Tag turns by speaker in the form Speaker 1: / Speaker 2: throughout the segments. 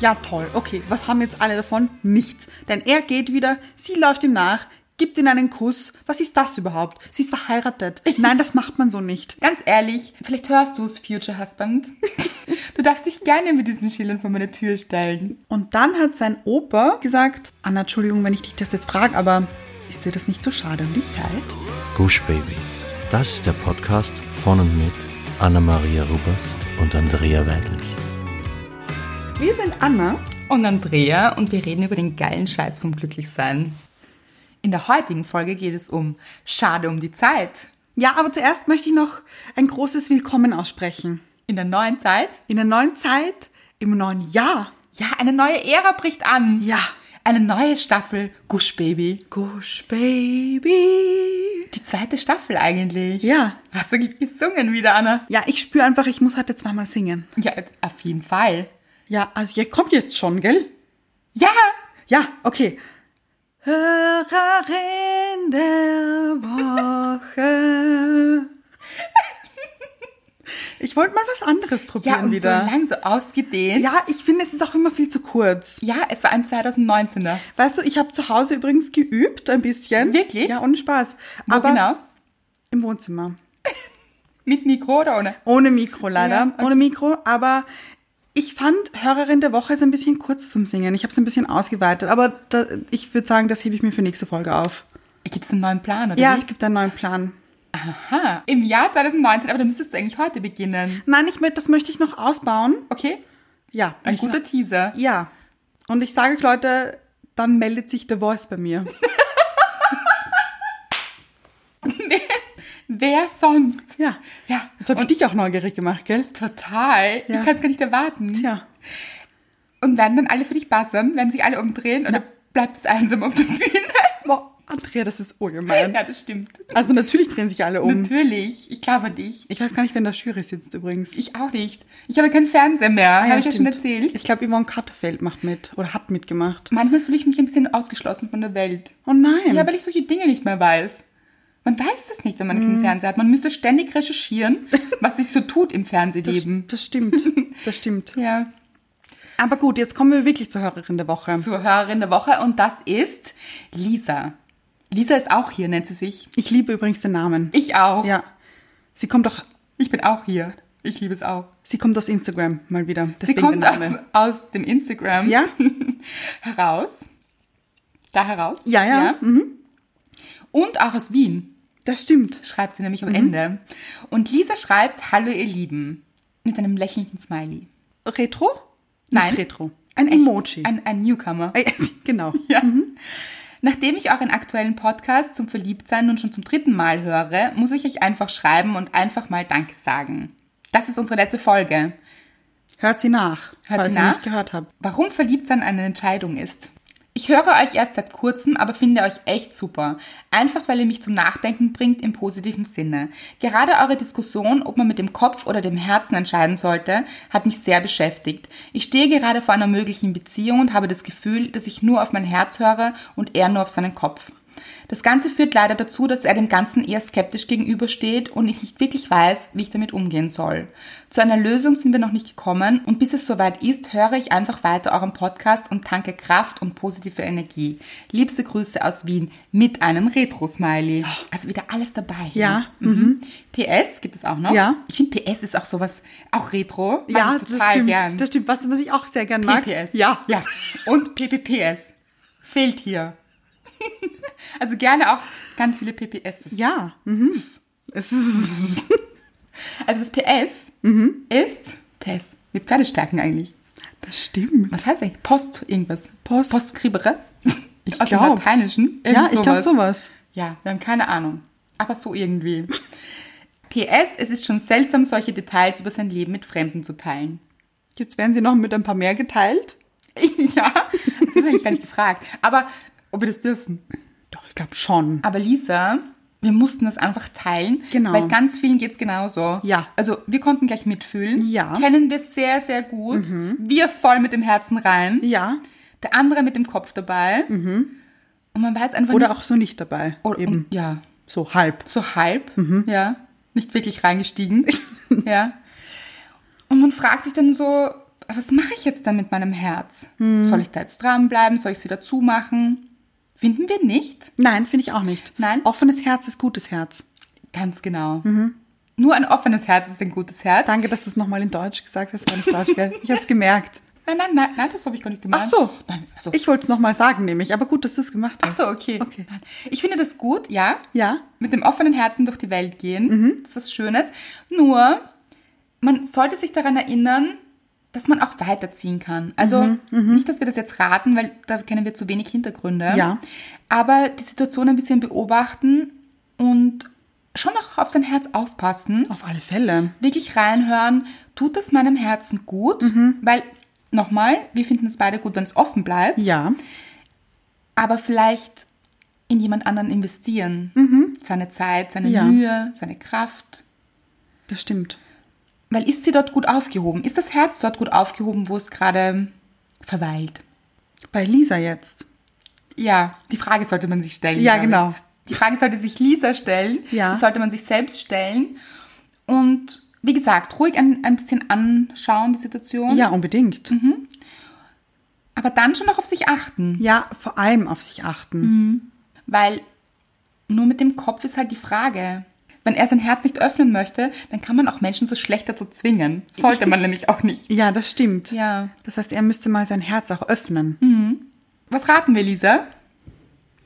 Speaker 1: Ja, toll. Okay, was haben jetzt alle davon? Nichts. Denn er geht wieder, sie läuft ihm nach, gibt ihm einen Kuss. Was ist das überhaupt? Sie ist verheiratet. Nein, das macht man so nicht.
Speaker 2: Ganz ehrlich, vielleicht hörst du es, Future Husband. du darfst dich gerne mit diesen Schildern vor meine Tür stellen.
Speaker 1: Und dann hat sein Opa gesagt, Anna, Entschuldigung, wenn ich dich das jetzt frage, aber ist dir das nicht so schade um die Zeit?
Speaker 3: Gush Baby. Das ist der Podcast von und mit Anna-Maria Rubers und Andrea Weidlich.
Speaker 1: Wir sind Anna.
Speaker 2: Und Andrea und wir reden über den geilen Scheiß vom Glücklichsein. In der heutigen Folge geht es um Schade um die Zeit.
Speaker 1: Ja, aber zuerst möchte ich noch ein großes Willkommen aussprechen.
Speaker 2: In der neuen Zeit?
Speaker 1: In der neuen Zeit, im neuen Jahr.
Speaker 2: Ja, eine neue Ära bricht an.
Speaker 1: Ja.
Speaker 2: Eine neue Staffel Gush Baby.
Speaker 1: Gush Baby.
Speaker 2: Die zweite Staffel eigentlich.
Speaker 1: Ja.
Speaker 2: Hast du gesungen wieder, Anna?
Speaker 1: Ja, ich spüre einfach, ich muss heute zweimal singen.
Speaker 2: Ja, auf jeden Fall.
Speaker 1: Ja, also hier kommt jetzt schon, gell?
Speaker 2: Ja!
Speaker 1: Ja, okay. Hörerin der Woche. Ich wollte mal was anderes probieren
Speaker 2: Ja, und so
Speaker 1: wieder.
Speaker 2: lang, so ausgedehnt.
Speaker 1: ja, ich finde, es ist auch immer viel zu kurz.
Speaker 2: Ja, es war ein 2019er.
Speaker 1: Weißt du, ich habe zu Hause übrigens geübt ein bisschen.
Speaker 2: Wirklich?
Speaker 1: Ja, ohne Spaß.
Speaker 2: Wo
Speaker 1: Aber
Speaker 2: genau?
Speaker 1: im Wohnzimmer.
Speaker 2: Mit Mikro oder ohne?
Speaker 1: Ohne Mikro leider.
Speaker 2: Ja, okay.
Speaker 1: Ohne Mikro, aber ich fand Hörerin der Woche ist ein bisschen kurz zum Singen. Ich habe es ein bisschen ausgeweitet, aber da, ich würde sagen, das hebe ich mir für nächste Folge auf.
Speaker 2: Gibt es Äh, einen neuen Plan, oder
Speaker 1: Ja,
Speaker 2: wie?
Speaker 1: es gibt einen neuen Plan.
Speaker 2: Aha. Im Jahr 2019, aber dann müsstest du eigentlich heute beginnen.
Speaker 1: Nein, ich, mö- das möchte ich noch ausbauen.
Speaker 2: Okay?
Speaker 1: Ja.
Speaker 2: Ein
Speaker 1: ich,
Speaker 2: guter Teaser.
Speaker 1: Ja. Und ich sage euch, Leute, dann meldet sich The Voice bei mir.
Speaker 2: Wer sonst?
Speaker 1: Ja.
Speaker 2: Ja.
Speaker 1: Jetzt habe ich
Speaker 2: Und
Speaker 1: dich auch neugierig gemacht, gell?
Speaker 2: total.
Speaker 1: Ja.
Speaker 2: Ich kann es gar nicht erwarten.
Speaker 1: Tja.
Speaker 2: Und werden dann alle für dich buzzern? Werden sich alle umdrehen? Oder bleibt es einsam auf der Bühne?
Speaker 1: Boah, Andrea, das ist ungemein.
Speaker 2: Ja, das stimmt.
Speaker 1: Also natürlich drehen sich alle um.
Speaker 2: Natürlich. Ich glaube an dich.
Speaker 1: Ich weiß gar nicht, wer in der Jury sitzt übrigens.
Speaker 2: Ich auch nicht. Ich habe keinen Fernseher mehr. habe ich ja schon
Speaker 1: Ah, stimmt.
Speaker 2: erzählt.
Speaker 1: Ich glaube, Yvonne Katterfeld macht mit oder hat mitgemacht.
Speaker 2: Manchmal fühle ich mich ein bisschen ausgeschlossen von der Welt.
Speaker 1: Oh nein.
Speaker 2: Ja, weil ich solche Dinge nicht mehr weiß. Man weiß das nicht, wenn man keinen Fernseher hat. Man müsste ständig recherchieren, was sich so tut im
Speaker 1: das,
Speaker 2: Fernsehleben.
Speaker 1: das stimmt. Das stimmt.
Speaker 2: Ja.
Speaker 1: Aber gut, jetzt kommen wir wirklich zur Hörerin der Woche.
Speaker 2: Zur Hörerin der Woche und das ist Lisa. Lisa ist auch hier, nennt sie sich.
Speaker 1: Ich liebe übrigens den Namen.
Speaker 2: Ich auch.
Speaker 1: Ja. Sie kommt doch,
Speaker 2: Ich bin auch hier. Ich liebe es auch.
Speaker 1: sie kommt aus Instagram mal wieder. Deswegen
Speaker 2: Sie kommt
Speaker 1: der Name.
Speaker 2: aus, aus dem Instagram
Speaker 1: Ja?
Speaker 2: heraus. Da heraus.
Speaker 1: Ja, ja.
Speaker 2: Mhm. Und auch aus Wien.
Speaker 1: Das stimmt.
Speaker 2: schreibt sie nämlich am Ende. Und Lisa schreibt, hallo ihr Lieben, mit einem lächelnden Smiley.
Speaker 1: Retro?
Speaker 2: Nein.
Speaker 1: Nicht Retro. Ein
Speaker 2: Echt?
Speaker 1: Emoji.
Speaker 2: Ein, ein Newcomer.
Speaker 1: Äh, genau.
Speaker 2: Ja. Nachdem ich euren aktuellen Podcast zum Verliebtsein nun schon zum dritten Mal höre, muss ich euch einfach schreiben und einfach mal Danke sagen. Das ist unsere letzte Folge.
Speaker 1: Hört sie nach,
Speaker 2: Hört
Speaker 1: falls
Speaker 2: sie
Speaker 1: ihr
Speaker 2: nach?
Speaker 1: nicht gehört habt.
Speaker 2: Warum Verliebtsein eine Entscheidung ist? Ich höre euch erst seit kurzem, aber finde euch echt super. Einfach weil ihr mich zum Nachdenken bringt im positiven Sinne. Gerade eure Diskussion, ob man mit dem Kopf oder dem Herzen entscheiden sollte, hat mich sehr beschäftigt. Ich stehe gerade vor einer möglichen Beziehung und habe das Gefühl, dass ich nur auf mein Herz höre und er nur auf seinen Kopf. Das Ganze führt leider dazu, dass er dem Ganzen eher skeptisch gegenübersteht und ich nicht wirklich weiß, wie ich damit umgehen soll. Zu einer Lösung sind wir noch nicht gekommen und bis es soweit ist, höre ich einfach weiter euren Podcast und tanke Kraft und positive Energie. Liebste Grüße aus Wien mit einem Retro-Smiley. Also wieder alles dabei.
Speaker 1: Ja,
Speaker 2: Mhm. PS gibt es auch noch.
Speaker 1: Ja.
Speaker 2: Ich finde PS ist auch sowas, auch Retro. Mag
Speaker 1: Ja,
Speaker 2: ich
Speaker 1: das
Speaker 2: total
Speaker 1: stimmt.
Speaker 2: gern.
Speaker 1: Das stimmt. Was, was ich auch sehr gern mag.
Speaker 2: PPS.
Speaker 1: Ja.
Speaker 2: ja. Und PPPS. Fehlt hier. Also gerne auch ganz viele PPS.
Speaker 1: Ja. Mhm. Es ist,
Speaker 2: Also das PS
Speaker 1: Mhm.
Speaker 2: ist PS mit Pferdestärken eigentlich.
Speaker 1: das stimmt.
Speaker 2: Was heißt eigentlich? Post irgendwas.
Speaker 1: Post-
Speaker 2: Postskribere.
Speaker 1: Ich
Speaker 2: Aus dem
Speaker 1: glaub.
Speaker 2: Lateinischen. Irgend
Speaker 1: Ja, ich glaube
Speaker 2: sowas.
Speaker 1: sowas.
Speaker 2: Ja, wir haben keine Ahnung. Aber so irgendwie. PS, es ist schon seltsam, solche Details über sein Leben mit Fremden zu teilen.
Speaker 1: Jetzt werden sie noch mit ein paar mehr geteilt.
Speaker 2: ja, das wird eigentlich gar nicht gefragt. Aber ob wir das dürfen.
Speaker 1: Doch, ich glaube schon.
Speaker 2: Aber Lisa, wir mussten das einfach teilen,
Speaker 1: Genau.
Speaker 2: weil ganz vielen geht's genauso.
Speaker 1: Ja.
Speaker 2: Also wir konnten gleich mitfühlen.
Speaker 1: Ja. Mhm.
Speaker 2: Kennen wir sehr, sehr gut. Wir voll mit dem Herzen rein.
Speaker 1: Ja. Mhm.
Speaker 2: Der andere mit dem Kopf dabei. Und man weiß einfach
Speaker 1: Oder
Speaker 2: nicht.
Speaker 1: auch so nicht dabei.
Speaker 2: oder,
Speaker 1: Eben. Mhm.
Speaker 2: Ja.
Speaker 1: So halb.
Speaker 2: So halb. Ja. Nicht wirklich reingestiegen. ja. Und man fragt sich dann so, was mache ich jetzt dann mit meinem Herz?
Speaker 1: Mhm.
Speaker 2: Soll ich da jetzt dranbleiben? Soll ich es wieder zumachen? Finden wir nicht?
Speaker 1: Nein, finde ich auch nicht.
Speaker 2: Nein?
Speaker 1: Offenes Herz ist gutes Herz.
Speaker 2: Ganz genau.
Speaker 1: Mhm.
Speaker 2: Nur ein offenes Herz ist ein gutes Herz.
Speaker 1: Danke, dass du es nochmal in Deutsch gesagt hast. War nicht Deutsch, gell? Ich habe es gemerkt.
Speaker 2: Nein, nein, nein, nein, das habe ich gar nicht gemeint.
Speaker 1: Ach so.
Speaker 2: Nein, also,
Speaker 1: Ich wollte es nochmal sagen, nämlich. Aber gut, dass du es gemacht
Speaker 2: ach
Speaker 1: hast.
Speaker 2: so, okay.
Speaker 1: Okay.
Speaker 2: Nein. Ich finde das gut, ja.
Speaker 1: Ja.
Speaker 2: Mit dem offenen Herzen durch die Welt gehen.
Speaker 1: Mhm.
Speaker 2: Das ist was Schönes. Nur, man sollte sich daran erinnern, dass man auch weiterziehen kann. Also
Speaker 1: Mhm,
Speaker 2: nicht, dass wir das jetzt raten, weil da kennen wir zu wenig Hintergründe.
Speaker 1: Ja.
Speaker 2: Aber die Situation ein bisschen beobachten und schon auch auf sein Herz aufpassen
Speaker 1: Auf alle Fälle.
Speaker 2: wirklich reinhören, tut das meinem Herzen gut?
Speaker 1: Mhm.
Speaker 2: Weil, nochmal, wir finden es beide gut, wenn es offen bleibt,
Speaker 1: Ja.
Speaker 2: aber vielleicht in jemand anderen investieren. Seine Zeit, seine
Speaker 1: Mhm. Ja.
Speaker 2: Mühe, seine Kraft.
Speaker 1: Das stimmt.
Speaker 2: Weil ist sie dort gut aufgehoben? Ist das Herz dort gut aufgehoben, wo es gerade verweilt?
Speaker 1: Bei Lisa jetzt.
Speaker 2: Ja, die Frage sollte man sich stellen.
Speaker 1: Ja,
Speaker 2: glaube ich.
Speaker 1: genau.
Speaker 2: Die Frage sollte sich Lisa stellen.
Speaker 1: Ja.
Speaker 2: Die sollte man sich selbst stellen. Und wie gesagt, ruhig ein, ein bisschen anschauen, die Situation.
Speaker 1: Ja, unbedingt.
Speaker 2: Aber dann schon noch auf sich achten.
Speaker 1: Ja, vor allem auf sich achten.
Speaker 2: Weil nur mit dem Kopf ist halt die Frage. Wenn er sein Herz nicht öffnen möchte, dann kann man auch Menschen so schlecht dazu zwingen. Sollte man nämlich auch nicht.
Speaker 1: Ja, Mhm. das stimmt.
Speaker 2: Ja.
Speaker 1: Das heißt, er müsste mal sein Herz auch öffnen.
Speaker 2: Was raten wir, Lisa?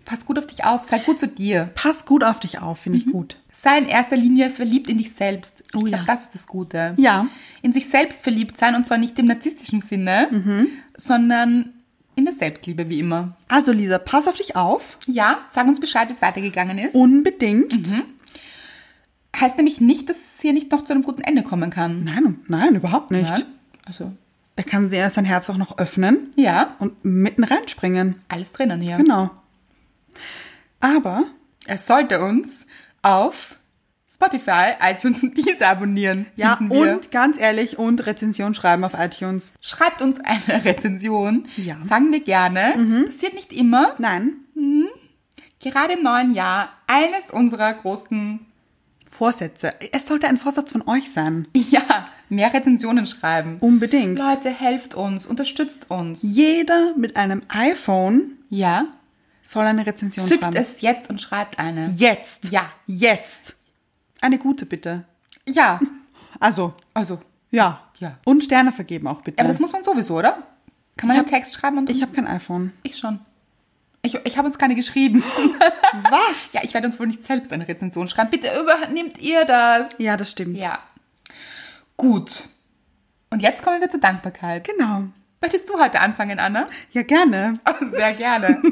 Speaker 2: Pass gut auf dich auf, sei gut zu dir.
Speaker 1: Pass gut auf dich auf, finde ich gut.
Speaker 2: Sei in erster Linie verliebt in dich selbst. Ich
Speaker 1: Oh
Speaker 2: glaube,
Speaker 1: ja.
Speaker 2: das ist das Gute.
Speaker 1: Ja.
Speaker 2: In sich selbst verliebt sein und zwar nicht im narzisstischen Sinne,
Speaker 1: Mhm.
Speaker 2: sondern in der Selbstliebe wie immer.
Speaker 1: Also Lisa, pass auf dich auf.
Speaker 2: Ja, sag uns Bescheid, wie es weitergegangen
Speaker 1: Oh.
Speaker 2: ist.
Speaker 1: Unbedingt.
Speaker 2: Heißt nämlich nicht, dass es hier nicht noch zu einem guten Ende kommen kann.
Speaker 1: Nein, nein, überhaupt nicht.
Speaker 2: Ja? Also,
Speaker 1: Er kann sehr sein Herz auch noch öffnen
Speaker 2: ja,
Speaker 1: und mitten reinspringen.
Speaker 2: alles drinnen hier.
Speaker 1: Genau. Aber
Speaker 2: Er sollte uns auf Spotify, iTunes und Deezer abonnieren.
Speaker 1: ja,
Speaker 2: finden wir.
Speaker 1: und ganz ehrlich, und Rezension schreiben auf iTunes.
Speaker 2: schreibt uns eine Rezension.
Speaker 1: Ja. Mhm.
Speaker 2: Sagen wir gerne. Passiert nicht immer.
Speaker 1: Nein,
Speaker 2: Gerade im neuen Jahr eines unserer großen,
Speaker 1: Vorsätze. Es sollte ein Vorsatz von euch sein.
Speaker 2: ja, mehr Rezensionen schreiben.
Speaker 1: Unbedingt.
Speaker 2: Leute, helft uns, unterstützt uns.
Speaker 1: Jeder mit einem iPhone
Speaker 2: Ja.
Speaker 1: soll eine Rezension
Speaker 2: Zückt
Speaker 1: schreiben.
Speaker 2: es jetzt und schreibt eine.
Speaker 1: Jetzt.
Speaker 2: Ja.
Speaker 1: Jetzt. Eine gute bitte.
Speaker 2: Ja.
Speaker 1: Also,
Speaker 2: Also,
Speaker 1: ja.
Speaker 2: Ja.
Speaker 1: Und Sterne vergeben auch bitte.
Speaker 2: aber das muss man sowieso, oder? Kann man
Speaker 1: Ich hab-
Speaker 2: einen Text schreiben und
Speaker 1: ich habe kein iPhone.
Speaker 2: Ich schon. Ich, ich habe uns keine geschrieben.
Speaker 1: Was?
Speaker 2: Ja, ich werde uns wohl nicht selbst eine Rezension schreiben. Bitte übernimmt ihr das.
Speaker 1: Ja, das stimmt.
Speaker 2: Ja. Gut. Und jetzt kommen wir zur Dankbarkeit.
Speaker 1: Genau.
Speaker 2: Möchtest du heute anfangen, Anna?
Speaker 1: Ja, gerne.
Speaker 2: Oh, sehr gerne.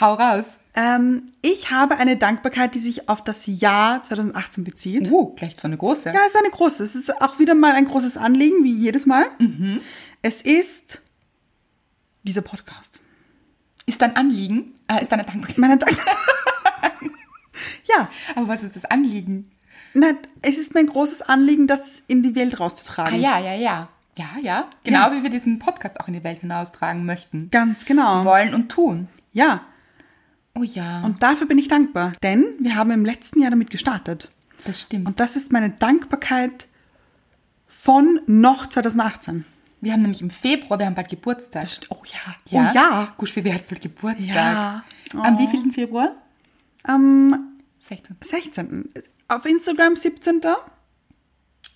Speaker 2: Hau raus.
Speaker 1: Ähm, ich habe eine Dankbarkeit, die sich auf das Jahr 2018 bezieht.
Speaker 2: Uh, gleich so eine große.
Speaker 1: Ja, es ist eine große. Es ist auch wieder mal ein großes Anliegen, wie jedes Mal.
Speaker 2: Mhm.
Speaker 1: Es ist dieser Podcast.
Speaker 2: Ist dein Anliegen? Äh, ist deine Dankbarkeit.
Speaker 1: Meine Dank Ja,
Speaker 2: Aber was ist das Anliegen?
Speaker 1: nein, es ist mein großes Anliegen, das in die Welt rauszutragen.
Speaker 2: Ah, ja, ja, ja. Ja, ja. Genau wie wir diesen Podcast auch in die Welt hinaustragen möchten.
Speaker 1: Ganz genau.
Speaker 2: Wollen und tun.
Speaker 1: Ja,
Speaker 2: Oh ja,
Speaker 1: und dafür bin ich dankbar, denn wir haben im letzten Jahr damit gestartet.
Speaker 2: das stimmt.
Speaker 1: Und das ist meine Dankbarkeit von noch 2018.
Speaker 2: wir haben nämlich im Februar, wir haben bald Geburtstag.
Speaker 1: Oh ja.
Speaker 2: Ja. Oh.
Speaker 1: Oh ja.
Speaker 2: Gusch Baby hat bald Geburtstag.
Speaker 1: Ja.
Speaker 2: Am wievielten Februar?
Speaker 1: Am
Speaker 2: 16.
Speaker 1: 16. Auf Instagram 17.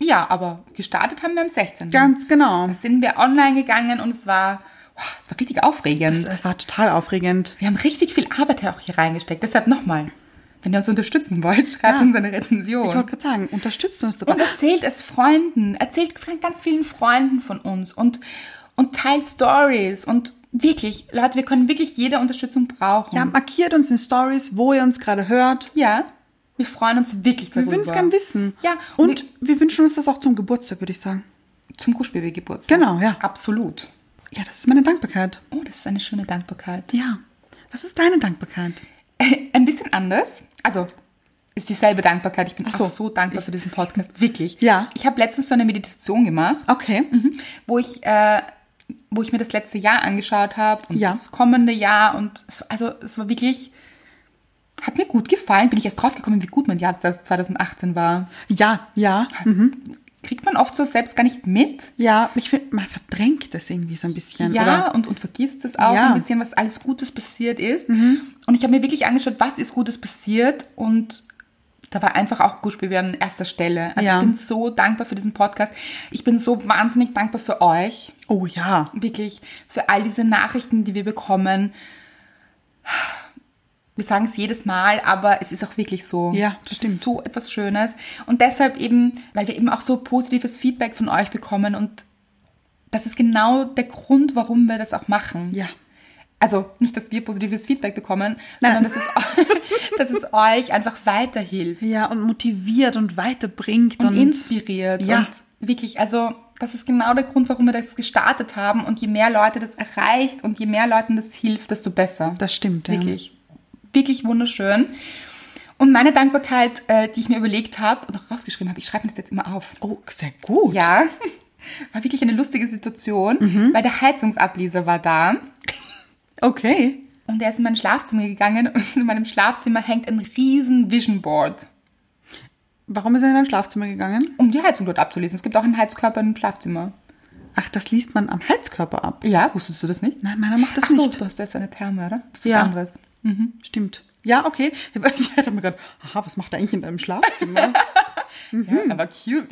Speaker 2: Ja, aber gestartet haben wir am 16.
Speaker 1: Ganz genau.
Speaker 2: Da sind wir online gegangen und es war, wow, es war richtig aufregend.
Speaker 1: Das war total aufregend.
Speaker 2: Wir haben richtig viel Arbeit auch hier reingesteckt. Deshalb nochmal, wenn ihr uns unterstützen wollt, schreibt
Speaker 1: Ja.
Speaker 2: uns eine
Speaker 1: Ich
Speaker 2: Rezension.
Speaker 1: wollte gerade sagen, unterstützt uns
Speaker 2: Und
Speaker 1: dabei.
Speaker 2: erzählt es Freunden, erzählt ganz vielen Freunden von uns und, und teilt Stories und wirklich, Leute, wir können wirklich jede Unterstützung brauchen.
Speaker 1: Ja, markiert uns in Stories, wo ihr uns gerade hört.
Speaker 2: Ja, wir freuen uns wirklich
Speaker 1: Wir
Speaker 2: darüber.
Speaker 1: würden es gern wissen.
Speaker 2: Ja,
Speaker 1: Und wir wünschen uns das auch zum Geburtstag, würde ich sagen.
Speaker 2: Zum Kuschbaby-Geburtstag.
Speaker 1: Genau, ja.
Speaker 2: Absolut.
Speaker 1: Ja, das ist meine Dankbarkeit.
Speaker 2: Oh, das ist eine schöne Dankbarkeit.
Speaker 1: Ja. Was ist deine Dankbarkeit?
Speaker 2: Ein bisschen anders. Also, ist dieselbe Dankbarkeit. Ich bin
Speaker 1: Ach so.
Speaker 2: auch so dankbar für diesen Podcast. Wirklich.
Speaker 1: Ja.
Speaker 2: Ich habe letztens so eine Meditation gemacht,
Speaker 1: Okay.
Speaker 2: mhm, wo ich, äh, wo ich mir das letzte Jahr angeschaut habe und
Speaker 1: Ja.
Speaker 2: das kommende Jahr. Und es, also, es war wirklich. Hat mir gut gefallen. Bin ich erst draufgekommen, wie gut mein Jahr 2018 war.
Speaker 1: Ja, ja.
Speaker 2: kriegt man oft so selbst gar nicht mit.
Speaker 1: Ja, ich finde, man verdrängt das irgendwie so ein bisschen.
Speaker 2: Ja,
Speaker 1: Oder?
Speaker 2: und, und vergisst es auch
Speaker 1: Ja. Mhm.
Speaker 2: ein bisschen, was alles Gutes passiert ist. Und ich habe mir wirklich angeschaut, was ist Gutes passiert und da war einfach auch Guschbaby an erster Stelle. Also
Speaker 1: Ja.
Speaker 2: ich bin so dankbar für diesen Podcast. Ich bin so wahnsinnig dankbar für euch.
Speaker 1: Oh ja.
Speaker 2: Wirklich für all diese Nachrichten, die wir bekommen. Wir sagen es jedes Mal, aber es ist auch wirklich so.
Speaker 1: Ja, das
Speaker 2: Es
Speaker 1: stimmt.
Speaker 2: Ist so etwas Schönes. Und deshalb eben, weil wir eben auch so positives Feedback von euch bekommen und das ist genau der Grund, warum wir das auch machen.
Speaker 1: Ja.
Speaker 2: Also nicht, dass wir positives Feedback bekommen,
Speaker 1: Nein.
Speaker 2: sondern dass es, dass es euch einfach weiterhilft
Speaker 1: Ja, und motiviert und weiterbringt.
Speaker 2: und inspiriert.
Speaker 1: Ja.
Speaker 2: Und wirklich, also das ist genau der Grund, warum wir das gestartet haben. Und je mehr Leute das erreicht und je mehr Leuten das hilft, desto besser.
Speaker 1: Das stimmt, ja.
Speaker 2: Wirklich. Wirklich wunderschön. Und meine Dankbarkeit, äh, die ich mir überlegt habe und auch rausgeschrieben habe, ich schreibe mir das jetzt immer auf.
Speaker 1: Oh, sehr gut.
Speaker 2: Ja, war wirklich eine lustige Situation,
Speaker 1: Mhm.
Speaker 2: weil der Heizungsableser war da.
Speaker 1: Okay.
Speaker 2: Und er ist in mein Schlafzimmer gegangen und in meinem Schlafzimmer hängt ein riesen Vision Board,
Speaker 1: Warum ist er in dein Schlafzimmer gegangen?
Speaker 2: um die Heizung dort abzulesen. Es gibt auch einen Heizkörper im Schlafzimmer.
Speaker 1: Ach, das liest man am Heizkörper ab.
Speaker 2: Ja, wusstest du das nicht?
Speaker 1: Nein, meiner macht das
Speaker 2: Ach so,
Speaker 1: nicht.
Speaker 2: du hast jetzt eine Therme, oder? Das ist
Speaker 1: Ja.
Speaker 2: was anderes.
Speaker 1: Stimmt. Ja, okay. Ich hätte mir gedacht, aha, was macht er eigentlich in deinem Schlafzimmer? Mhm.
Speaker 2: Ja, aber cute.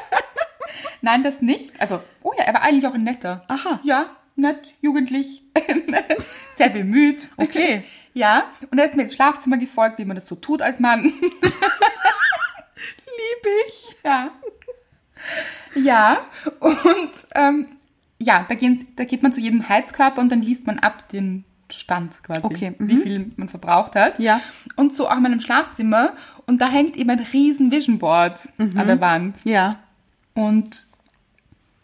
Speaker 2: Nein, das nicht. Also, oh ja, er war eigentlich auch ein netter.
Speaker 1: Aha.
Speaker 2: Ja, nett, jugendlich, sehr bemüht.
Speaker 1: Okay.
Speaker 2: Ja, und er ist mir ins Schlafzimmer gefolgt, wie man das so tut als Mann.
Speaker 1: Lieb ich.
Speaker 2: Ja. Ja, und ähm, ja, da, gehen's, da geht man zu jedem Heizkörper und dann liest man ab den Stand quasi,
Speaker 1: Okay, mhm.
Speaker 2: wie viel man verbraucht hat.
Speaker 1: Ja.
Speaker 2: Und so auch in meinem Schlafzimmer. Und da hängt eben ein riesen Vision Board
Speaker 1: Mhm.
Speaker 2: an der Wand.
Speaker 1: Ja.
Speaker 2: Und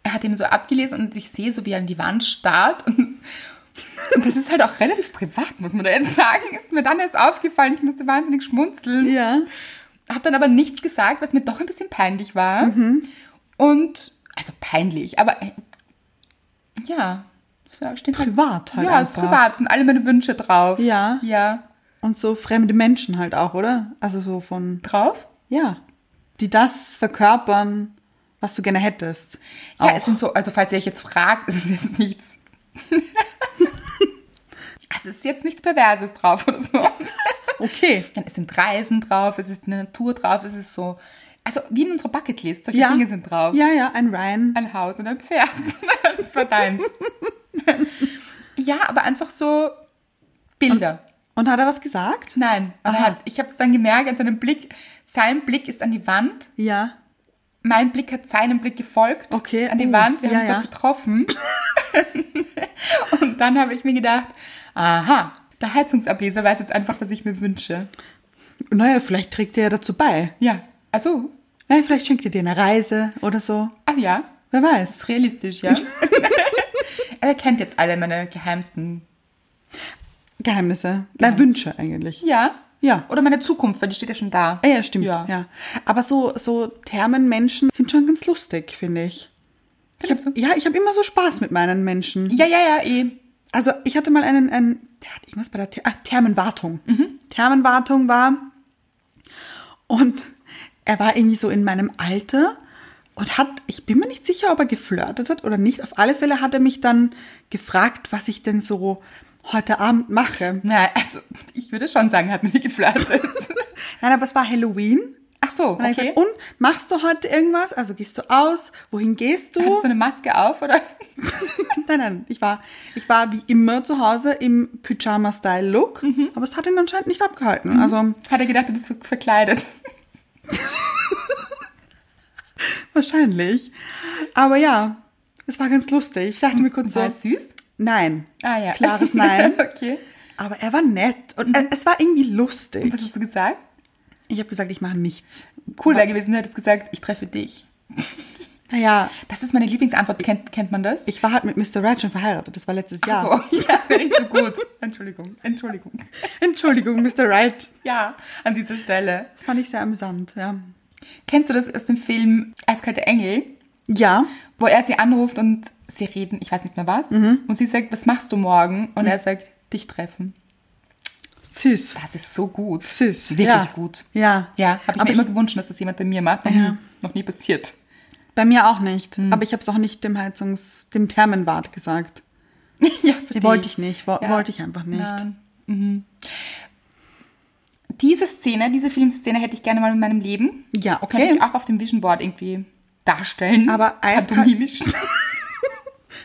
Speaker 2: er hat eben so abgelesen und ich sehe so, wie er an die Wand starrt. Und, und das ist halt auch relativ privat, muss man da jetzt sagen. Ist mir dann erst aufgefallen, ich musste wahnsinnig schmunzeln.
Speaker 1: Ja.
Speaker 2: Hab dann aber nichts gesagt, was mir doch ein bisschen peinlich war.
Speaker 1: Mhm.
Speaker 2: Und, also peinlich, aber äh, ja. So steht halt-
Speaker 1: Privat halt
Speaker 2: Ja,
Speaker 1: einfach.
Speaker 2: privat. Sind alle meine Wünsche drauf.
Speaker 1: Ja.
Speaker 2: Ja.
Speaker 1: Und so fremde Menschen halt auch, oder? Also so von,
Speaker 2: Drauf?
Speaker 1: ja, die das verkörpern, was du gerne hättest.
Speaker 2: Ja,
Speaker 1: Auch.
Speaker 2: es sind so, also falls ihr euch jetzt fragt, es ist jetzt nichts. also es ist jetzt nichts Perverses drauf oder so.
Speaker 1: Okay.
Speaker 2: Dann, Es sind Reisen drauf, es ist eine Natur drauf, es ist so. Also wie in unserer Bucketlist, solche
Speaker 1: Ja.
Speaker 2: Dinge sind drauf.
Speaker 1: Ja, ja, ein Ryan.
Speaker 2: Ein Haus und ein Pferd. das war deins. ja, aber einfach so Bilder.
Speaker 1: Und hat er was gesagt?
Speaker 2: Nein, aber er hat, ich habe es dann gemerkt an seinem Blick. Sein Blick ist an die Wand.
Speaker 1: Ja.
Speaker 2: Mein Blick hat seinem Blick gefolgt
Speaker 1: Okay,
Speaker 2: an die
Speaker 1: uh,
Speaker 2: Wand. Wir
Speaker 1: ja,
Speaker 2: haben uns
Speaker 1: ja.
Speaker 2: auch getroffen. und dann habe ich mir gedacht, aha, der Heizungsableser weiß jetzt einfach, was ich mir wünsche.
Speaker 1: Naja, vielleicht trägt er ja dazu bei.
Speaker 2: Ja, also,
Speaker 1: Naja, vielleicht schenkt er dir eine Reise oder so.
Speaker 2: ach ja,
Speaker 1: Wer
Speaker 2: ist
Speaker 1: weiß.
Speaker 2: realistisch, ja. er kennt jetzt alle meine geheimsten.
Speaker 1: Geheimnisse. Nein, Wünsche eigentlich.
Speaker 2: Ja.
Speaker 1: Ja.
Speaker 2: Oder meine Zukunft, weil die steht ja schon da.
Speaker 1: Ah, ja, stimmt. Ja.
Speaker 2: Ja.
Speaker 1: Aber so, so Thermenmenschen sind schon ganz lustig, finde ich. ich
Speaker 2: Findest
Speaker 1: hab, ja, ich habe immer so Spaß mit meinen Menschen.
Speaker 2: Ja, ja, ja, eh.
Speaker 1: Also ich hatte mal einen, einen der hat irgendwas bei der Ther ah, Thermenwartung. Thermenwartung war und er war irgendwie so in meinem Alter und hat, ich bin mir nicht sicher, ob er geflirtet hat oder nicht. Auf alle Fälle hat er mich dann gefragt, was ich denn so heute Abend mache.
Speaker 2: Na, also, ich würde schon sagen, er hat mir geflirtet.
Speaker 1: Nein, aber es war Halloween.
Speaker 2: Ach so,
Speaker 1: Und dann hab ich
Speaker 2: okay.
Speaker 1: gesagt, und machst du heute irgendwas? Also gehst du aus? Wohin gehst du?
Speaker 2: Hattest du eine Maske auf, oder?
Speaker 1: Nein, nein, ich war, ich war wie immer zu Hause im Pyjama-Style-Look,
Speaker 2: Mhm.
Speaker 1: aber es hat ihn anscheinend nicht abgehalten. Also
Speaker 2: Hat er gedacht, du bist ver- verkleidet.
Speaker 1: wahrscheinlich. Aber ja, es war ganz lustig. Ich dachte mir kurz
Speaker 2: War
Speaker 1: so,
Speaker 2: es süß?
Speaker 1: nein.
Speaker 2: Ah ja.
Speaker 1: Klares Nein.
Speaker 2: okay. Mhm.
Speaker 1: Aber er war nett und äh, es war irgendwie lustig.
Speaker 2: Was hast du gesagt?
Speaker 1: Ich habe gesagt, ich mache nichts.
Speaker 2: Cool wäre gewesen, du hättest gesagt, ich treffe dich.
Speaker 1: Naja,
Speaker 2: Das ist meine Lieblingsantwort. Kennt, kennt man das?
Speaker 1: ich war halt mit Mr. Wright schon verheiratet. Das war letztes Jahr.
Speaker 2: Ach so, ja, wäre nicht so gut. Entschuldigung, Entschuldigung.
Speaker 1: Entschuldigung, Mr. Wright.
Speaker 2: Ja, an dieser Stelle.
Speaker 1: Das fand ich sehr amüsant, ja.
Speaker 2: Kennst du das aus dem Film Eiskalte Engel?
Speaker 1: Ja,
Speaker 2: wo er sie anruft und sie reden, ich weiß nicht mehr was.
Speaker 1: Mhm.
Speaker 2: Und sie sagt, was machst du morgen? Und er sagt, dich treffen.
Speaker 1: süß.
Speaker 2: Das ist so gut.
Speaker 1: Süß.
Speaker 2: Wirklich
Speaker 1: ja.
Speaker 2: gut.
Speaker 1: Ja.
Speaker 2: Ja, habe ich
Speaker 1: Aber
Speaker 2: mir immer gewünscht, dass das jemand bei mir macht. Noch, nie, noch nie passiert.
Speaker 1: Bei mir auch nicht. Aber ich habe es auch nicht dem Heizungs-, dem Thermenwart gesagt.
Speaker 2: ja,
Speaker 1: Die
Speaker 2: verstehe
Speaker 1: wollte ich nicht, wo,
Speaker 2: Ja.
Speaker 1: wollte ich einfach nicht.
Speaker 2: Ja. Mhm. Diese Szene, diese Filmszene hätte ich gerne mal in meinem Leben.
Speaker 1: Ja, okay.
Speaker 2: Könnte ich auch auf dem Vision Board irgendwie darstellen.
Speaker 1: Aber eiskalt-
Speaker 2: pantomimisch.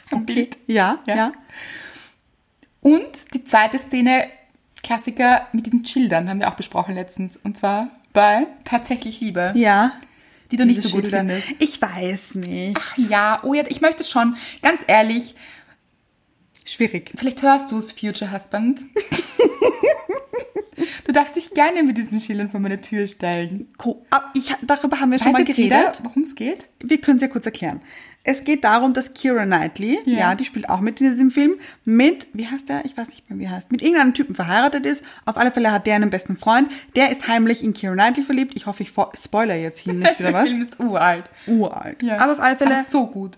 Speaker 2: Ein Bild.
Speaker 1: Ja, ja.
Speaker 2: Ja. Und die zweite Szene, Klassiker mit diesen Schildern, haben wir auch besprochen letztens. Und zwar bei Tatsächlich Liebe,
Speaker 1: Ja.
Speaker 2: die du nicht
Speaker 1: Diese
Speaker 2: so gut
Speaker 1: Schilder.
Speaker 2: findest.
Speaker 1: Ich weiß nicht.
Speaker 2: Ja, oh ja, ich möchte schon, ganz ehrlich,
Speaker 1: Schwierig.
Speaker 2: vielleicht hörst du es, Future Husband. du darfst dich gerne mit diesen Schildern vor meine Tür stellen.
Speaker 1: Co- ah, Ich, darüber haben wir schon
Speaker 2: Weiß
Speaker 1: mal
Speaker 2: jetzt
Speaker 1: geredet.
Speaker 2: jeder, worum es geht?
Speaker 1: Wir können es ja kurz erklären. Es geht darum, dass Kira Knightley, ja.
Speaker 2: Ja.
Speaker 1: die spielt auch mit in diesem Film, mit, wie heißt der? Ich weiß nicht mehr, wie er heißt. Mit irgendeinem Typen verheiratet ist. Auf alle Fälle hat der einen besten Freund. Der ist heimlich in Kira Knightley verliebt. Ich hoffe, ich vor- spoiler jetzt hin nicht wieder
Speaker 2: Der
Speaker 1: was.
Speaker 2: Film ist uralt.
Speaker 1: Uralt. Aber auf alle Fälle.
Speaker 2: Aber so gut.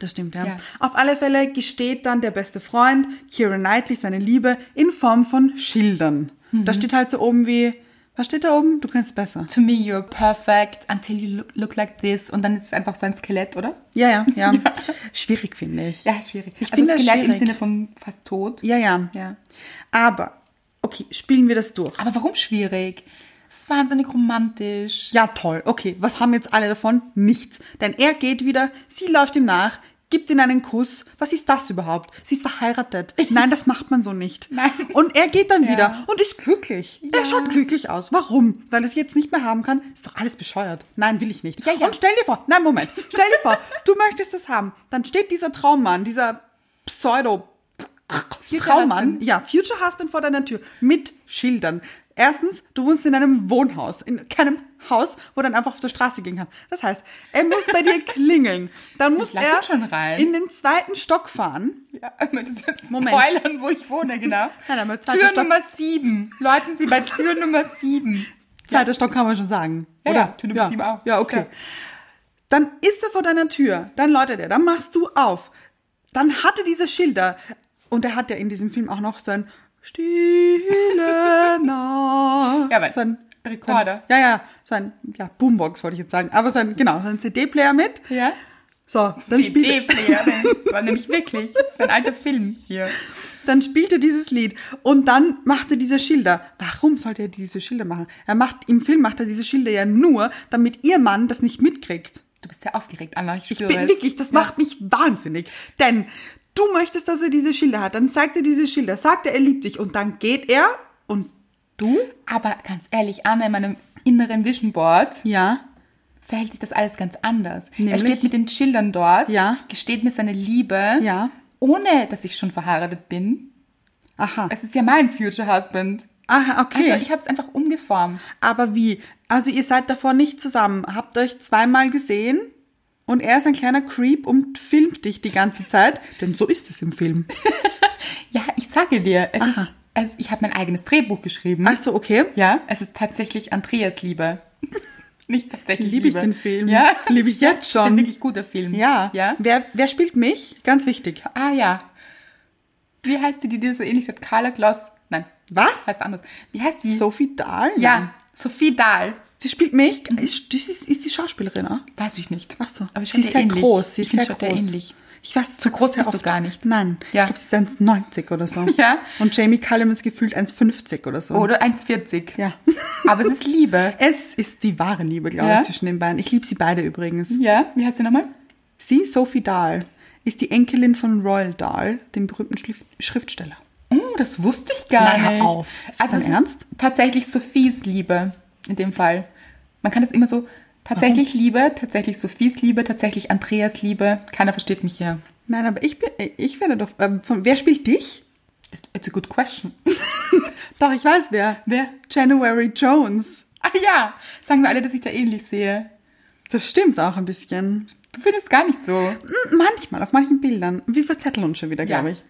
Speaker 1: Das stimmt, ja.
Speaker 2: Ja.
Speaker 1: Auf alle Fälle gesteht dann der beste Freund, Kieran Knightley, seine Liebe in Form von Schildern. Da steht halt so oben wie, was steht da oben? Du kannst es besser.
Speaker 2: To me you're perfect until you look- look like this. Und dann ist es einfach so ein Skelett, oder?
Speaker 1: Ja, ja, ja. Schwierig, finde ich.
Speaker 2: Ja, schwierig.
Speaker 1: Ich
Speaker 2: also
Speaker 1: finde das
Speaker 2: Skelett
Speaker 1: schwierig.
Speaker 2: im Sinne von fast tot.
Speaker 1: Ja, ja.
Speaker 2: Ja.
Speaker 1: Aber, okay, spielen wir das durch.
Speaker 2: Aber warum schwierig? Es ist wahnsinnig romantisch.
Speaker 1: Ja, toll. Okay, was haben jetzt alle davon? Nichts. Denn er geht wieder, sie läuft ihm nach, gibt ihm einen Kuss. Was ist das überhaupt? Sie ist verheiratet. Nein, das macht man so nicht.
Speaker 2: Nein.
Speaker 1: Und er geht dann
Speaker 2: Ja.
Speaker 1: wieder und ist glücklich. Er schaut glücklich aus. Warum? Weil er es jetzt nicht mehr haben kann? Ist doch alles bescheuert. Nein, will ich nicht.
Speaker 2: Ja, ja.
Speaker 1: Und stell dir vor, nein, Moment, stell dir vor, du möchtest das haben. Dann steht dieser Traummann, dieser Pseudo-
Speaker 2: Future
Speaker 1: Traummann,
Speaker 2: Husband.
Speaker 1: ja, Future Husband vor deiner Tür mit Schildern. Erstens, du wohnst in einem Wohnhaus, in keinem Haus, wo dann einfach auf der Straße gehen kann. Das heißt, er muss bei dir klingeln. Dann muss
Speaker 2: lass
Speaker 1: er
Speaker 2: ihn schon rein.
Speaker 1: in den zweiten Stock fahren.
Speaker 2: Ja, möchtest du jetzt
Speaker 1: Moment.
Speaker 2: spoilern, wo ich wohne, genau?
Speaker 1: Nein, aber zweiter
Speaker 2: Tür
Speaker 1: Stock.
Speaker 2: Nummer 7. Läuten Sie bei Tür Nummer 7.
Speaker 1: Zweiter Stock kann man schon sagen.
Speaker 2: Ja,
Speaker 1: oder?
Speaker 2: ja, Tür Nummer sieben auch.
Speaker 1: Ja, okay.
Speaker 2: Ja.
Speaker 1: Dann ist er vor deiner Tür, dann läutet er, dann machst du auf. Dann hatte diese Schilder und er hat ja in diesem Film auch noch so ein Stille Nacht.
Speaker 2: Ja, aber
Speaker 1: so ein
Speaker 2: Rekorder.
Speaker 1: So ein, ja, ja, so ein ja, Boombox wollte ich jetzt sagen, aber so ein, genau, so ein CD-Player mit.
Speaker 2: Ja?
Speaker 1: So, dann spielt,
Speaker 2: CD-Player. ne? War nämlich wirklich. Das ist ein alter Film hier.
Speaker 1: dann spielt er dieses Lied und dann macht er diese Schilder. Warum sollte er diese Schilder machen? Er macht, im Film macht er diese Schilder ja nur, damit ihr Mann das nicht mitkriegt.
Speaker 2: Du bist sehr aufgeregt, Anna. Ich,
Speaker 1: Ich
Speaker 2: spüre
Speaker 1: bin
Speaker 2: es.
Speaker 1: wirklich, das
Speaker 2: Ja.
Speaker 1: macht mich wahnsinnig. Denn du möchtest, dass er diese Schilder hat. Dann zeigt er diese Schilder, sagt er, er liebt dich. Und dann geht er und du?
Speaker 2: Aber ganz ehrlich, Anna, in meinem inneren Vision Board
Speaker 1: Ja.
Speaker 2: verhält sich das alles ganz anders. Er
Speaker 1: Nämlich?
Speaker 2: steht mit den Schildern dort,
Speaker 1: Ja.
Speaker 2: gesteht mir seine Liebe,
Speaker 1: Ja.
Speaker 2: ohne dass ich schon verheiratet bin.
Speaker 1: Aha.
Speaker 2: Es ist ja mein Future Husband.
Speaker 1: Aha, okay.
Speaker 2: Also ich habe es einfach umgeformt.
Speaker 1: Aber wie? Also ihr seid davor nicht zusammen. Habt euch zweimal gesehen und er ist ein kleiner Creep und filmt dich die ganze Zeit. Denn so ist es im Film.
Speaker 2: Ja, ich sage dir, es ist,
Speaker 1: Aha.
Speaker 2: also ich habe mein eigenes Drehbuch geschrieben.
Speaker 1: Ach so, Also, okay.
Speaker 2: Ja, es ist tatsächlich Andreas Liebe. Nicht tatsächlich
Speaker 1: Liebe ich
Speaker 2: Liebe.
Speaker 1: den Film.
Speaker 2: Ja,
Speaker 1: Liebe ich jetzt
Speaker 2: ist ein
Speaker 1: schon.
Speaker 2: wirklich guter Film.
Speaker 1: Ja.
Speaker 2: ja.
Speaker 1: Wer, wer spielt mich? Ganz wichtig.
Speaker 2: Ah ja. Wie heißt die, die dir so ähnlich hat? Carla Gloss. Nein,
Speaker 1: Was?
Speaker 2: heißt anders. Wie heißt die?
Speaker 1: Sophie Dahl?
Speaker 2: Ja, Sophie Dahl.
Speaker 1: Sie spielt mich. Ist, das ist, ist die Schauspielerin, ne? auch?
Speaker 2: Weiß ich nicht.
Speaker 1: Ach so.
Speaker 2: Aber ich
Speaker 1: sie ist sehr groß. Sie
Speaker 2: ich
Speaker 1: ist sehr
Speaker 2: schaut der
Speaker 1: groß.
Speaker 2: ähnlich.
Speaker 1: Ich weiß,
Speaker 2: So groß bist du gar nicht.
Speaker 1: Nein.
Speaker 2: Ja.
Speaker 1: Ich glaube, sie ist 1,90 oder so.
Speaker 2: Ja. Oh.
Speaker 1: Und Jamie Cullum ist gefühlt 1,50 oder so.
Speaker 2: Oder 1,40.
Speaker 1: Ja.
Speaker 2: Aber es ist Liebe.
Speaker 1: Es ist die wahre Liebe, glaube
Speaker 2: Ja.
Speaker 1: ich, zwischen den beiden. Ich liebe sie beide übrigens.
Speaker 2: Ja, wie heißt sie nochmal?
Speaker 1: Sie, Sophie Dahl, ist die Enkelin von Royal Dahl, dem berühmten Schlif- Schriftsteller.
Speaker 2: Oh, das wusste ich gar
Speaker 1: Na, hör
Speaker 2: nicht.
Speaker 1: auf. Ist
Speaker 2: Also
Speaker 1: das
Speaker 2: es
Speaker 1: dein Ernst?
Speaker 2: ist tatsächlich Sophies Liebe in dem Fall. Man kann das immer so tatsächlich Liebe, tatsächlich Sophies Liebe, tatsächlich Andreas Liebe. Keiner versteht mich hier.
Speaker 1: Nein, aber ich bin, ich werde doch, ähm, von, wer spielt dich?
Speaker 2: It's a good question.
Speaker 1: Doch, ich weiß wer.
Speaker 2: Wer?
Speaker 1: January Jones.
Speaker 2: Ah ja, sagen wir alle, dass ich da ähnlich sehe.
Speaker 1: Das stimmt auch ein bisschen.
Speaker 2: Du findest gar nicht so.
Speaker 1: Hm, Manchmal, auf manchen Bildern. Wir verzetteln uns schon wieder,
Speaker 2: Ja.
Speaker 1: glaube ich.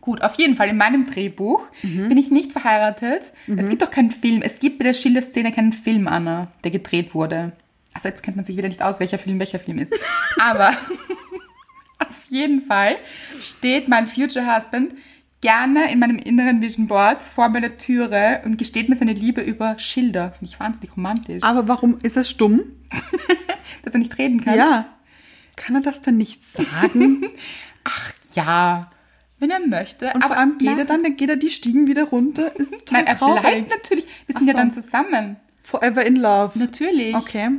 Speaker 2: Gut, auf jeden Fall. In meinem Drehbuch
Speaker 1: Mhm.
Speaker 2: bin ich nicht verheiratet. Es gibt doch keinen Film. Es gibt bei der Schilderszene keinen Film, Anna, der gedreht wurde. Also jetzt kennt man sich wieder nicht aus, welcher Film welcher Film ist. Aber auf jeden Fall steht mein Future Husband gerne in meinem inneren Vision Board vor meiner Türe und gesteht mir seine Liebe über
Speaker 1: Ah.
Speaker 2: Schilder. Finde ich wahnsinnig romantisch.
Speaker 1: Aber warum ist das stumm?
Speaker 2: Dass er nicht reden kann.
Speaker 1: Ja. Kann er das dann nicht sagen?
Speaker 2: Ja, wenn er möchte.
Speaker 1: Und
Speaker 2: aber
Speaker 1: vor allem geht
Speaker 2: nein,
Speaker 1: er dann, dann geht er die Stiegen wieder runter. Ist total
Speaker 2: Nein, er
Speaker 1: traurig.
Speaker 2: bleibt natürlich. Wir sind
Speaker 1: Ach
Speaker 2: ja
Speaker 1: so.
Speaker 2: dann zusammen.
Speaker 1: Forever in love.
Speaker 2: Natürlich.
Speaker 1: Okay.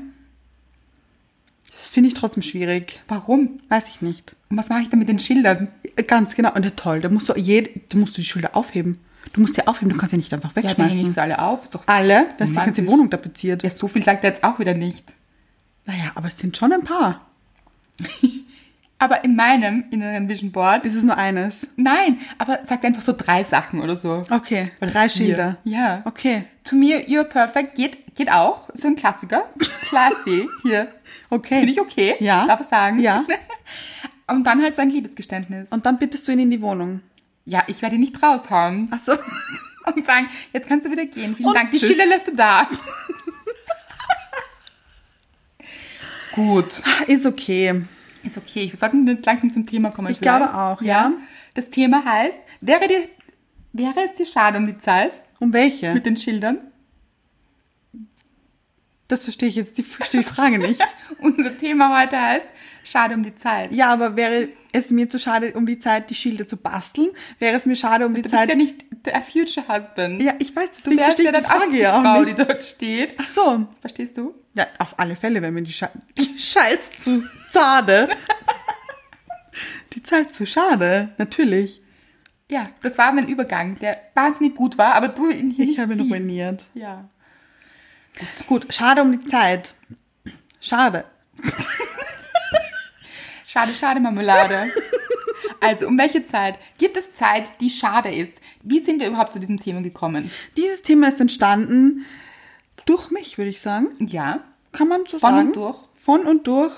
Speaker 1: Das finde ich trotzdem schwierig.
Speaker 2: Warum?
Speaker 1: Weiß ich nicht.
Speaker 2: Und was mache ich denn mit den Schildern?
Speaker 1: Ganz genau. Und ja, toll, da musst du, jed, da musst du die Schilder aufheben. Du musst die aufheben, du kannst sie nicht einfach
Speaker 2: Ja, dann hänge
Speaker 1: wegschmeißen.
Speaker 2: ich sie alle auf. Ist doch
Speaker 1: Alle? Da ist die ganze
Speaker 2: romantisch.
Speaker 1: Wohnung tapeziert.
Speaker 2: Ja, so viel sagt er jetzt auch wieder nicht.
Speaker 1: Naja, aber es sind schon ein paar.
Speaker 2: Aber in meinem inneren Vision Board.
Speaker 1: Ist es nur eines?
Speaker 2: Nein, aber sagt einfach so drei Sachen oder so.
Speaker 1: Okay.
Speaker 2: Oder
Speaker 1: drei
Speaker 2: vier.
Speaker 1: Schilder.
Speaker 2: Ja.
Speaker 1: Okay.
Speaker 2: To me, you're perfect geht, geht auch. So ein Klassiker. Classy hier.
Speaker 1: Okay.
Speaker 2: Finde ich okay.
Speaker 1: Ja.
Speaker 2: Darf ich sagen?
Speaker 1: Ja.
Speaker 2: Und dann halt so ein Liebesgeständnis.
Speaker 1: Und dann bittest du ihn in die Wohnung.
Speaker 2: ja, ich werde ihn nicht raushauen.
Speaker 1: Achso.
Speaker 2: und sagen, jetzt kannst du wieder gehen. Vielen
Speaker 1: Und
Speaker 2: Dank. Die
Speaker 1: tschüss.
Speaker 2: Schilder lässt du da. Gut.
Speaker 1: Ah, Ist okay.
Speaker 2: Ist okay. Wir sollten jetzt langsam zum Thema kommen.
Speaker 1: Ich
Speaker 2: vielleicht.
Speaker 1: glaube auch, ja.
Speaker 2: Das Thema heißt, wäre, dir, wäre es dir schade um die Zeit
Speaker 1: Um welche?
Speaker 2: mit den Schildern?
Speaker 1: Das verstehe ich jetzt die, verstehe die Frage nicht.
Speaker 2: Unser Thema heute heißt, schade um die Zeit.
Speaker 1: Ja, aber wäre es mir zu schade, um die Zeit die Schilder zu basteln? Wäre es mir schade, um die
Speaker 2: Du bist
Speaker 1: Zeit.
Speaker 2: ja nicht der Future Husband.
Speaker 1: Ja, ich weiß,
Speaker 2: du
Speaker 1: deswegen
Speaker 2: wärst
Speaker 1: verstehe ich die
Speaker 2: ja dann auch
Speaker 1: Frage
Speaker 2: die
Speaker 1: ja auch
Speaker 2: Frau,
Speaker 1: nicht.
Speaker 2: die dort steht.
Speaker 1: Ach so.
Speaker 2: Verstehst du?
Speaker 1: Ja, auf alle Fälle, wenn mir die, Scha die Scheiß zu schade. die Zeit zu schade, natürlich.
Speaker 2: Ja, das war mein Übergang, der wahnsinnig gut war, aber du ihn hier
Speaker 1: Ich
Speaker 2: nicht
Speaker 1: habe
Speaker 2: siehst.
Speaker 1: nominiert.
Speaker 2: Ja.
Speaker 1: Gut, schade um die Zeit. Schade.
Speaker 2: Schade, schade, Marmelade. Also, um welche Zeit? Gibt es Zeit, die schade ist? Wie sind wir überhaupt zu diesem Thema gekommen?
Speaker 1: Dieses Thema ist entstanden durch mich, würde ich sagen.
Speaker 2: Ja,
Speaker 1: Kann man so
Speaker 2: Von und
Speaker 1: sagen.
Speaker 2: durch?
Speaker 1: Von und durch.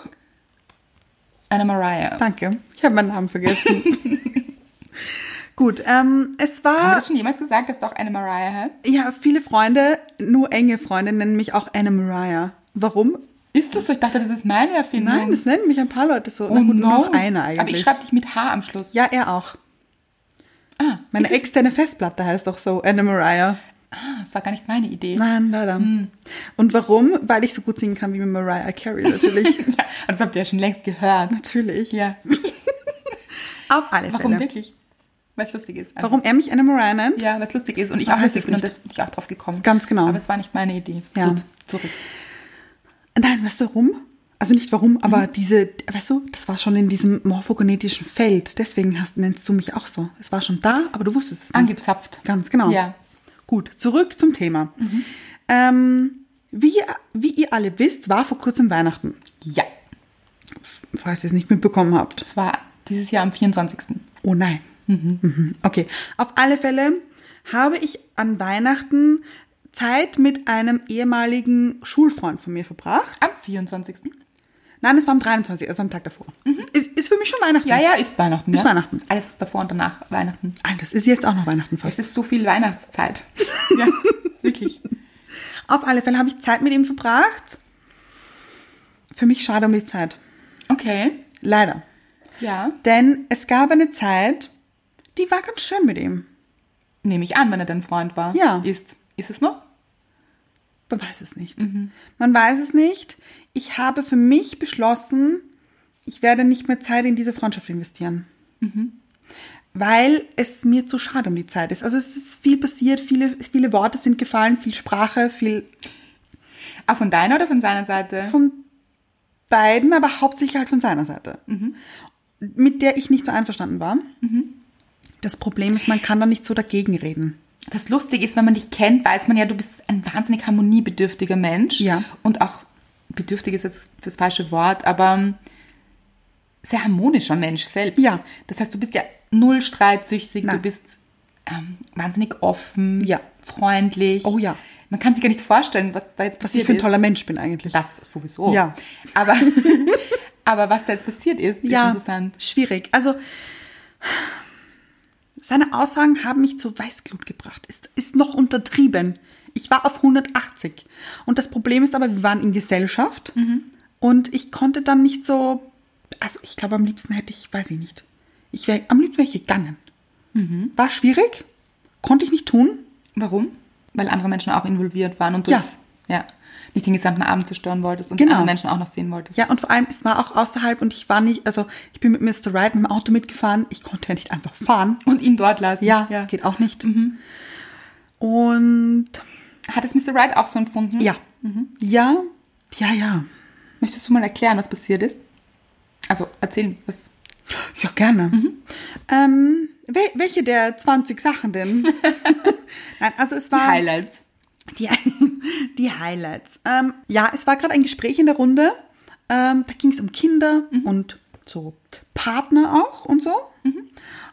Speaker 2: Anna Mariah.
Speaker 1: Danke. Ich habe meinen Namen vergessen. Gut, ähm, es war.
Speaker 2: Hast du schon jemals gesagt, dass du auch Anna Mariah heißt?
Speaker 1: Ja, viele Freunde, nur enge Freunde, nennen mich auch Anna Mariah. Warum?
Speaker 2: Ist das so? Ich dachte, das ist meine Erfindung.
Speaker 1: Nein, das nennen mich ein paar Leute so.
Speaker 2: oh,
Speaker 1: Na gut,
Speaker 2: no.
Speaker 1: nur noch einer eigentlich.
Speaker 2: Aber ich schreibe dich mit H am Schluss.
Speaker 1: ja, er auch.
Speaker 2: Ah,
Speaker 1: Meine
Speaker 2: ist es-
Speaker 1: externe Festplatte heißt auch so, Anna Mariah.
Speaker 2: Ah, das war gar nicht meine Idee.
Speaker 1: Nein, leider.
Speaker 2: Hm.
Speaker 1: Und warum? Weil ich so gut singen kann wie Mariah Carey, natürlich.
Speaker 2: Ja, aber das habt ihr ja schon längst gehört.
Speaker 1: natürlich.
Speaker 2: Ja.
Speaker 1: Auf alle
Speaker 2: Warum
Speaker 1: Fälle.
Speaker 2: wirklich? Weil es lustig ist. Also,
Speaker 1: Warum er mich Anna Mariah nennt?
Speaker 2: Ja, was lustig ist und ich
Speaker 1: Man
Speaker 2: auch
Speaker 1: weiß
Speaker 2: lustig
Speaker 1: es
Speaker 2: bin und
Speaker 1: nicht.
Speaker 2: das bin ich auch drauf gekommen.
Speaker 1: Ganz genau.
Speaker 2: Aber es war nicht meine Idee.
Speaker 1: Ja.
Speaker 2: Gut, zurück.
Speaker 1: Nein, weißt du warum? Also nicht warum, aber diese, weißt du, das war schon in diesem morphogenetischen Feld. Deswegen hast, nennst du mich auch so. Es war schon da, aber du wusstest es nicht.
Speaker 2: Angezapft.
Speaker 1: Ganz genau.
Speaker 2: Ja.
Speaker 1: Gut, zurück zum Thema. Ähm, wie, ihr- wie ihr alle wisst, war vor kurzem Weihnachten.
Speaker 2: Ja.
Speaker 1: Falls ihr es nicht mitbekommen habt.
Speaker 2: Es war dieses Jahr am 24.
Speaker 1: Oh nein. Mhm. Okay. Auf alle Fälle habe ich an Weihnachten Zeit mit einem ehemaligen Schulfreund von mir verbracht.
Speaker 2: Am 24.
Speaker 1: Nein, es war am 23., also am Tag davor. Ist, ist für mich schon Weihnachten.
Speaker 2: Mhm. Ja, ja, ist Weihnachten.
Speaker 1: Ist
Speaker 2: ja.
Speaker 1: Weihnachten.
Speaker 2: Alles davor und danach Weihnachten.
Speaker 1: Alter, Ah, das ist jetzt auch noch Weihnachten
Speaker 2: Es
Speaker 1: fast.
Speaker 2: ist so viel Weihnachtszeit. ja, wirklich.
Speaker 1: Auf alle Fälle habe ich Zeit mit ihm verbracht. Für mich schade um die Zeit.
Speaker 2: Okay.
Speaker 1: Leider.
Speaker 2: Ja.
Speaker 1: Denn es gab eine Zeit, die war ganz schön mit ihm.
Speaker 2: Nehme ich an, wenn er dein Freund war.
Speaker 1: Ja.
Speaker 2: Ist, ist es noch?
Speaker 1: Man weiß es nicht.
Speaker 2: Mhm.
Speaker 1: Man weiß es nicht. Ich habe für mich beschlossen, ich werde nicht mehr Zeit in diese Freundschaft investieren.
Speaker 2: Mhm.
Speaker 1: Weil es mir zu schade um die Zeit ist. Also es ist viel passiert, viele, viele Worte sind gefallen, viel Sprache, viel
Speaker 2: Ah, von deiner oder von seiner Seite?
Speaker 1: von beiden, aber hauptsächlich halt von seiner Seite,
Speaker 2: Mhm.
Speaker 1: mit der ich nicht so einverstanden war. Das Problem ist, man kann da nicht so dagegen reden.
Speaker 2: Das Lustige ist, wenn man dich kennt, weiß man ja, du bist ein wahnsinnig harmoniebedürftiger Mensch.
Speaker 1: Ja.
Speaker 2: Und auch, bedürftig ist jetzt das falsche Wort, aber sehr harmonischer Mensch selbst.
Speaker 1: Ja.
Speaker 2: Das heißt, du bist ja null streitsüchtig,
Speaker 1: Nein.
Speaker 2: du bist ähm, wahnsinnig offen,
Speaker 1: Ja.
Speaker 2: freundlich.
Speaker 1: Oh ja.
Speaker 2: Man kann sich gar nicht vorstellen, was da
Speaker 1: Was
Speaker 2: jetzt
Speaker 1: ich
Speaker 2: passiert
Speaker 1: für ein
Speaker 2: ist.
Speaker 1: toller Mensch bin eigentlich.
Speaker 2: Das sowieso.
Speaker 1: Ja.
Speaker 2: Aber, aber was da jetzt passiert ist, ist
Speaker 1: ja,
Speaker 2: interessant.
Speaker 1: schwierig. Also seine Aussagen haben mich zur Weißglut gebracht. Ist, ist noch untertrieben. Ich war auf 180. Und das Problem ist aber, wir waren in Gesellschaft und ich konnte dann nicht so. Also ich glaube, am liebsten hätte ich, weiß ich nicht. Ich wäre am liebsten wäre ich gegangen. War schwierig, konnte ich nicht tun.
Speaker 2: Warum? Weil andere Menschen auch involviert waren und du
Speaker 1: Ja.
Speaker 2: das- ja. nicht den gesamten Abend zerstören wolltest und
Speaker 1: Genau.
Speaker 2: andere Menschen auch noch sehen wolltest.
Speaker 1: Ja, und vor allem, es war auch außerhalb und ich war nicht, also ich bin mit Mr. Wright im Auto mitgefahren. Ich konnte ja nicht einfach fahren.
Speaker 2: Und ihn dort lassen.
Speaker 1: Ja, das geht auch nicht. Und
Speaker 2: Hat es Mr. Wright auch so empfunden?
Speaker 1: ja. Ja, ja, ja.
Speaker 2: Möchtest du mal erklären, was passiert ist? Also erzählen, was.
Speaker 1: Ja, gerne. Ähm, wel welche der 20 Sachen denn? Nein, also es war.
Speaker 2: Highlights.
Speaker 1: Die, die Highlights. Ähm, ja, es war gerade ein Gespräch in der Runde. Ähm, da ging es um Kinder und so Partner auch und so.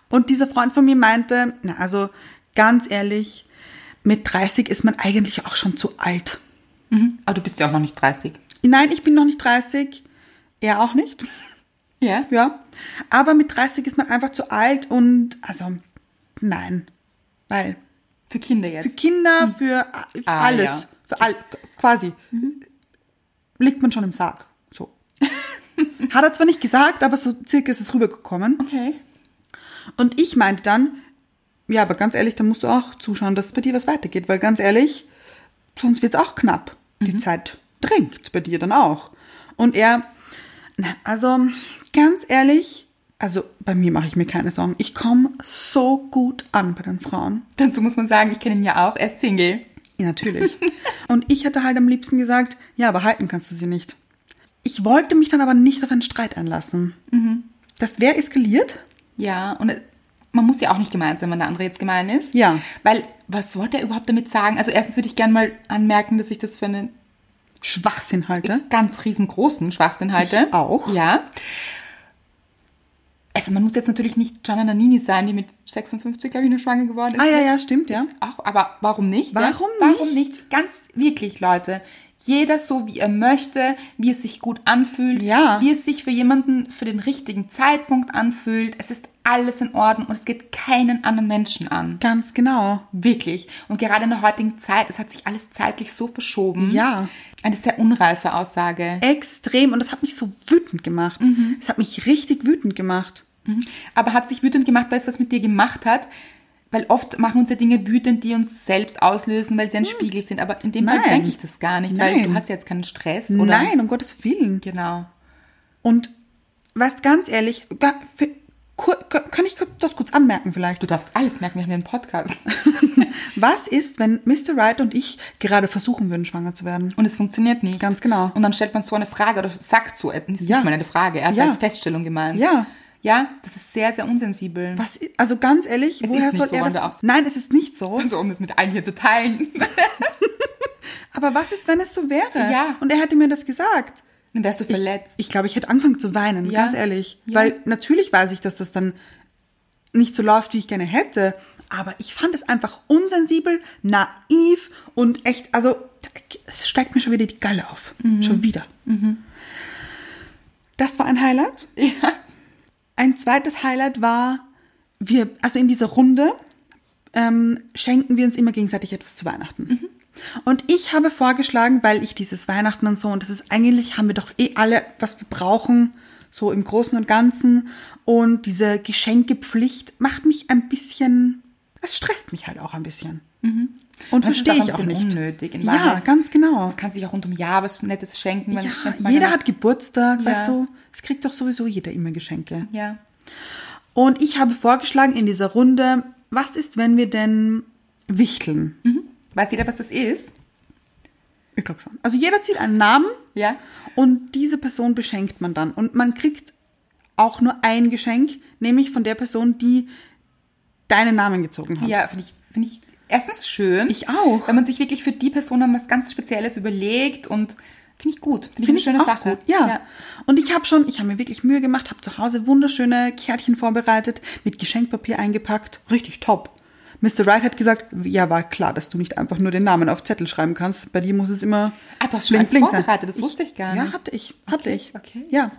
Speaker 1: Und dieser Freund von mir meinte, na also ganz ehrlich, mit 30 ist man eigentlich auch schon zu alt. Mhm.
Speaker 2: Aber du bist ja auch noch nicht 30.
Speaker 1: Nein, ich bin noch nicht 30. Er auch nicht.
Speaker 2: Ja?
Speaker 1: Ja. Aber mit 30 ist man einfach zu alt und also nein. Weil
Speaker 2: Für Kinder
Speaker 1: für
Speaker 2: jetzt.
Speaker 1: Kinder, für a-
Speaker 2: Ah,
Speaker 1: alles.
Speaker 2: ja. Mhm.
Speaker 1: Für all, quasi. Liegt man schon im Sarg. So. Hat er zwar nicht gesagt, aber so circa ist es rübergekommen.
Speaker 2: Okay.
Speaker 1: Und ich meinte dann, ja, aber ganz ehrlich, da musst du auch zuschauen, dass bei dir was weitergeht, weil ganz ehrlich, sonst wird's auch knapp. Die Zeit drängt bei dir dann auch. Und er, na, also ganz ehrlich, also bei mir mache ich mir keine Sorgen. Ich komme so gut an bei den Frauen.
Speaker 2: Dazu muss man sagen, ich kenne ihn ja auch, er ist Single.
Speaker 1: Ja, natürlich. und ich hätte halt am liebsten gesagt, ja, aber halten kannst du sie nicht. Ich wollte mich dann aber nicht auf einen Streit einlassen. Das wäre eskaliert.
Speaker 2: Ja, und äh, man muss ja auch nicht gemein sein, wenn der andere jetzt gemein ist.
Speaker 1: Ja.
Speaker 2: Weil, was wollte er überhaupt damit sagen? Also erstens würde ich gerne mal anmerken, dass ich das für einen
Speaker 1: Schwachsinn halte.
Speaker 2: ganz riesengroßen Schwachsinn halte.
Speaker 1: Ich auch.
Speaker 2: Ja. Also man muss jetzt natürlich nicht Gianna Nannini sein, die mit 56, glaube ich, nur schwanger geworden ist.
Speaker 1: Ah ja, ja, stimmt, ja.
Speaker 2: Ist Auch, aber warum nicht?
Speaker 1: Warum
Speaker 2: ja? Warum
Speaker 1: nicht?
Speaker 2: nicht? Ganz wirklich, Leute. Jeder so, wie er möchte, wie es sich gut anfühlt,
Speaker 1: Ja.
Speaker 2: wie es sich für jemanden für den richtigen Zeitpunkt anfühlt. Es ist alles in Ordnung und es geht keinen anderen Menschen an.
Speaker 1: Ganz genau.
Speaker 2: Wirklich. Und gerade in der heutigen Zeit, es hat sich alles zeitlich so verschoben.
Speaker 1: Ja.
Speaker 2: Eine sehr unreife Aussage.
Speaker 1: Extrem. Und das hat mich so wütend gemacht.
Speaker 2: Mhm.
Speaker 1: Es hat mich richtig wütend gemacht.
Speaker 2: Aber hat sich wütend gemacht, weil es was mit dir gemacht hat? Weil oft machen uns ja Dinge wütend, die uns selbst auslösen, weil sie ein Spiegel sind. Aber in dem Fall
Speaker 1: Hm. Nein.
Speaker 2: denke ich das gar nicht, weil
Speaker 1: Nein.
Speaker 2: du hast ja jetzt keinen Stress, oder?
Speaker 1: Nein, um Gottes Willen.
Speaker 2: Genau.
Speaker 1: Und weißt ganz ehrlich, ga- für, ku- ku- kann ich das kurz anmerken vielleicht?
Speaker 2: Du darfst alles merken, wir haben ja einen Podcast.
Speaker 1: Was ist, wenn Mr. Wright und ich gerade versuchen würden, schwanger zu werden?
Speaker 2: Und es funktioniert nicht.
Speaker 1: Ganz genau.
Speaker 2: Und dann stellt man so eine Frage oder sagt so etwas. Das ist
Speaker 1: Ja.
Speaker 2: nicht mal eine Frage, er hat es
Speaker 1: Ja.
Speaker 2: als Feststellung gemeint.
Speaker 1: Ja.
Speaker 2: Ja, das ist sehr, sehr unsensibel.
Speaker 1: Was, i- also ganz ehrlich,
Speaker 2: Es
Speaker 1: woher
Speaker 2: ist nicht
Speaker 1: soll
Speaker 2: so,
Speaker 1: er
Speaker 2: wollen
Speaker 1: das?
Speaker 2: wir auch-
Speaker 1: Nein, es ist nicht so.
Speaker 2: Also, um das mit allen hier zu teilen.
Speaker 1: Aber was ist, wenn es so wäre?
Speaker 2: Ja.
Speaker 1: Und er hätte mir das gesagt.
Speaker 2: Dann wärst du verletzt.
Speaker 1: Ich glaube, ich hätte angefangen zu weinen,
Speaker 2: Ja.
Speaker 1: ganz ehrlich.
Speaker 2: Ja.
Speaker 1: Weil natürlich weiß ich, dass das dann nicht so läuft, wie ich gerne hätte. Aber ich fand es einfach unsensibel, naiv und echt, also es steigt mir schon wieder die Galle auf.
Speaker 2: Mhm.
Speaker 1: Schon wieder. Das war ein Highlight.
Speaker 2: ja.
Speaker 1: Ein zweites Highlight war, wir, also in dieser Runde ähm, schenken wir uns immer gegenseitig etwas zu Weihnachten.
Speaker 2: Mhm.
Speaker 1: Und ich habe vorgeschlagen, weil ich dieses Weihnachten und so, und das ist eigentlich, haben wir doch eh alle, was wir brauchen, so im Großen und Ganzen. Und diese Geschenkepflicht macht mich ein bisschen, es stresst mich halt auch ein bisschen. Und
Speaker 2: Mhm. Das ist
Speaker 1: verstehe
Speaker 2: auch ein
Speaker 1: ich auch
Speaker 2: bisschen
Speaker 1: nicht.
Speaker 2: unnötig, in
Speaker 1: ja,
Speaker 2: Wahrheit.
Speaker 1: ganz genau.
Speaker 2: Man kann sich auch rund um Jahr was Nettes schenken. Wenn, wenn's
Speaker 1: Ja,
Speaker 2: mal
Speaker 1: jeder
Speaker 2: danach-
Speaker 1: hat Geburtstag,
Speaker 2: Ja.
Speaker 1: weißt du, es kriegt doch sowieso jeder immer Geschenke.
Speaker 2: Ja.
Speaker 1: Und ich habe vorgeschlagen in dieser Runde, was ist, wenn wir denn wichteln?
Speaker 2: Weiß jeder, was das ist?
Speaker 1: Ich glaube schon. Also jeder zieht einen Namen
Speaker 2: Ja.
Speaker 1: und diese Person beschenkt man dann. Und man kriegt auch nur ein Geschenk, nämlich von der Person, die deinen Namen gezogen hat.
Speaker 2: Ja, finde ich, finde ich erstens schön.
Speaker 1: Ich auch.
Speaker 2: Wenn man sich wirklich für die Person dann was ganz Spezielles überlegt und finde ich gut. Finde ich eine schöne Sache.
Speaker 1: Gut. Ja. Und ich habe schon, ich habe mir wirklich Mühe gemacht, habe zu Hause wunderschöne Kärtchen vorbereitet, mit Geschenkpapier eingepackt. Richtig top. Mr. Wright hat gesagt, ja, war klar, dass du nicht einfach nur den Namen auf Zettel schreiben kannst. Bei dir muss es immer
Speaker 2: Ah, du hast schon
Speaker 1: blink,
Speaker 2: alles
Speaker 1: blink
Speaker 2: vorbereitet, das wusste ich gar
Speaker 1: Ja,
Speaker 2: nicht.
Speaker 1: hatte ich, hatte ich.
Speaker 2: okay.
Speaker 1: Ja.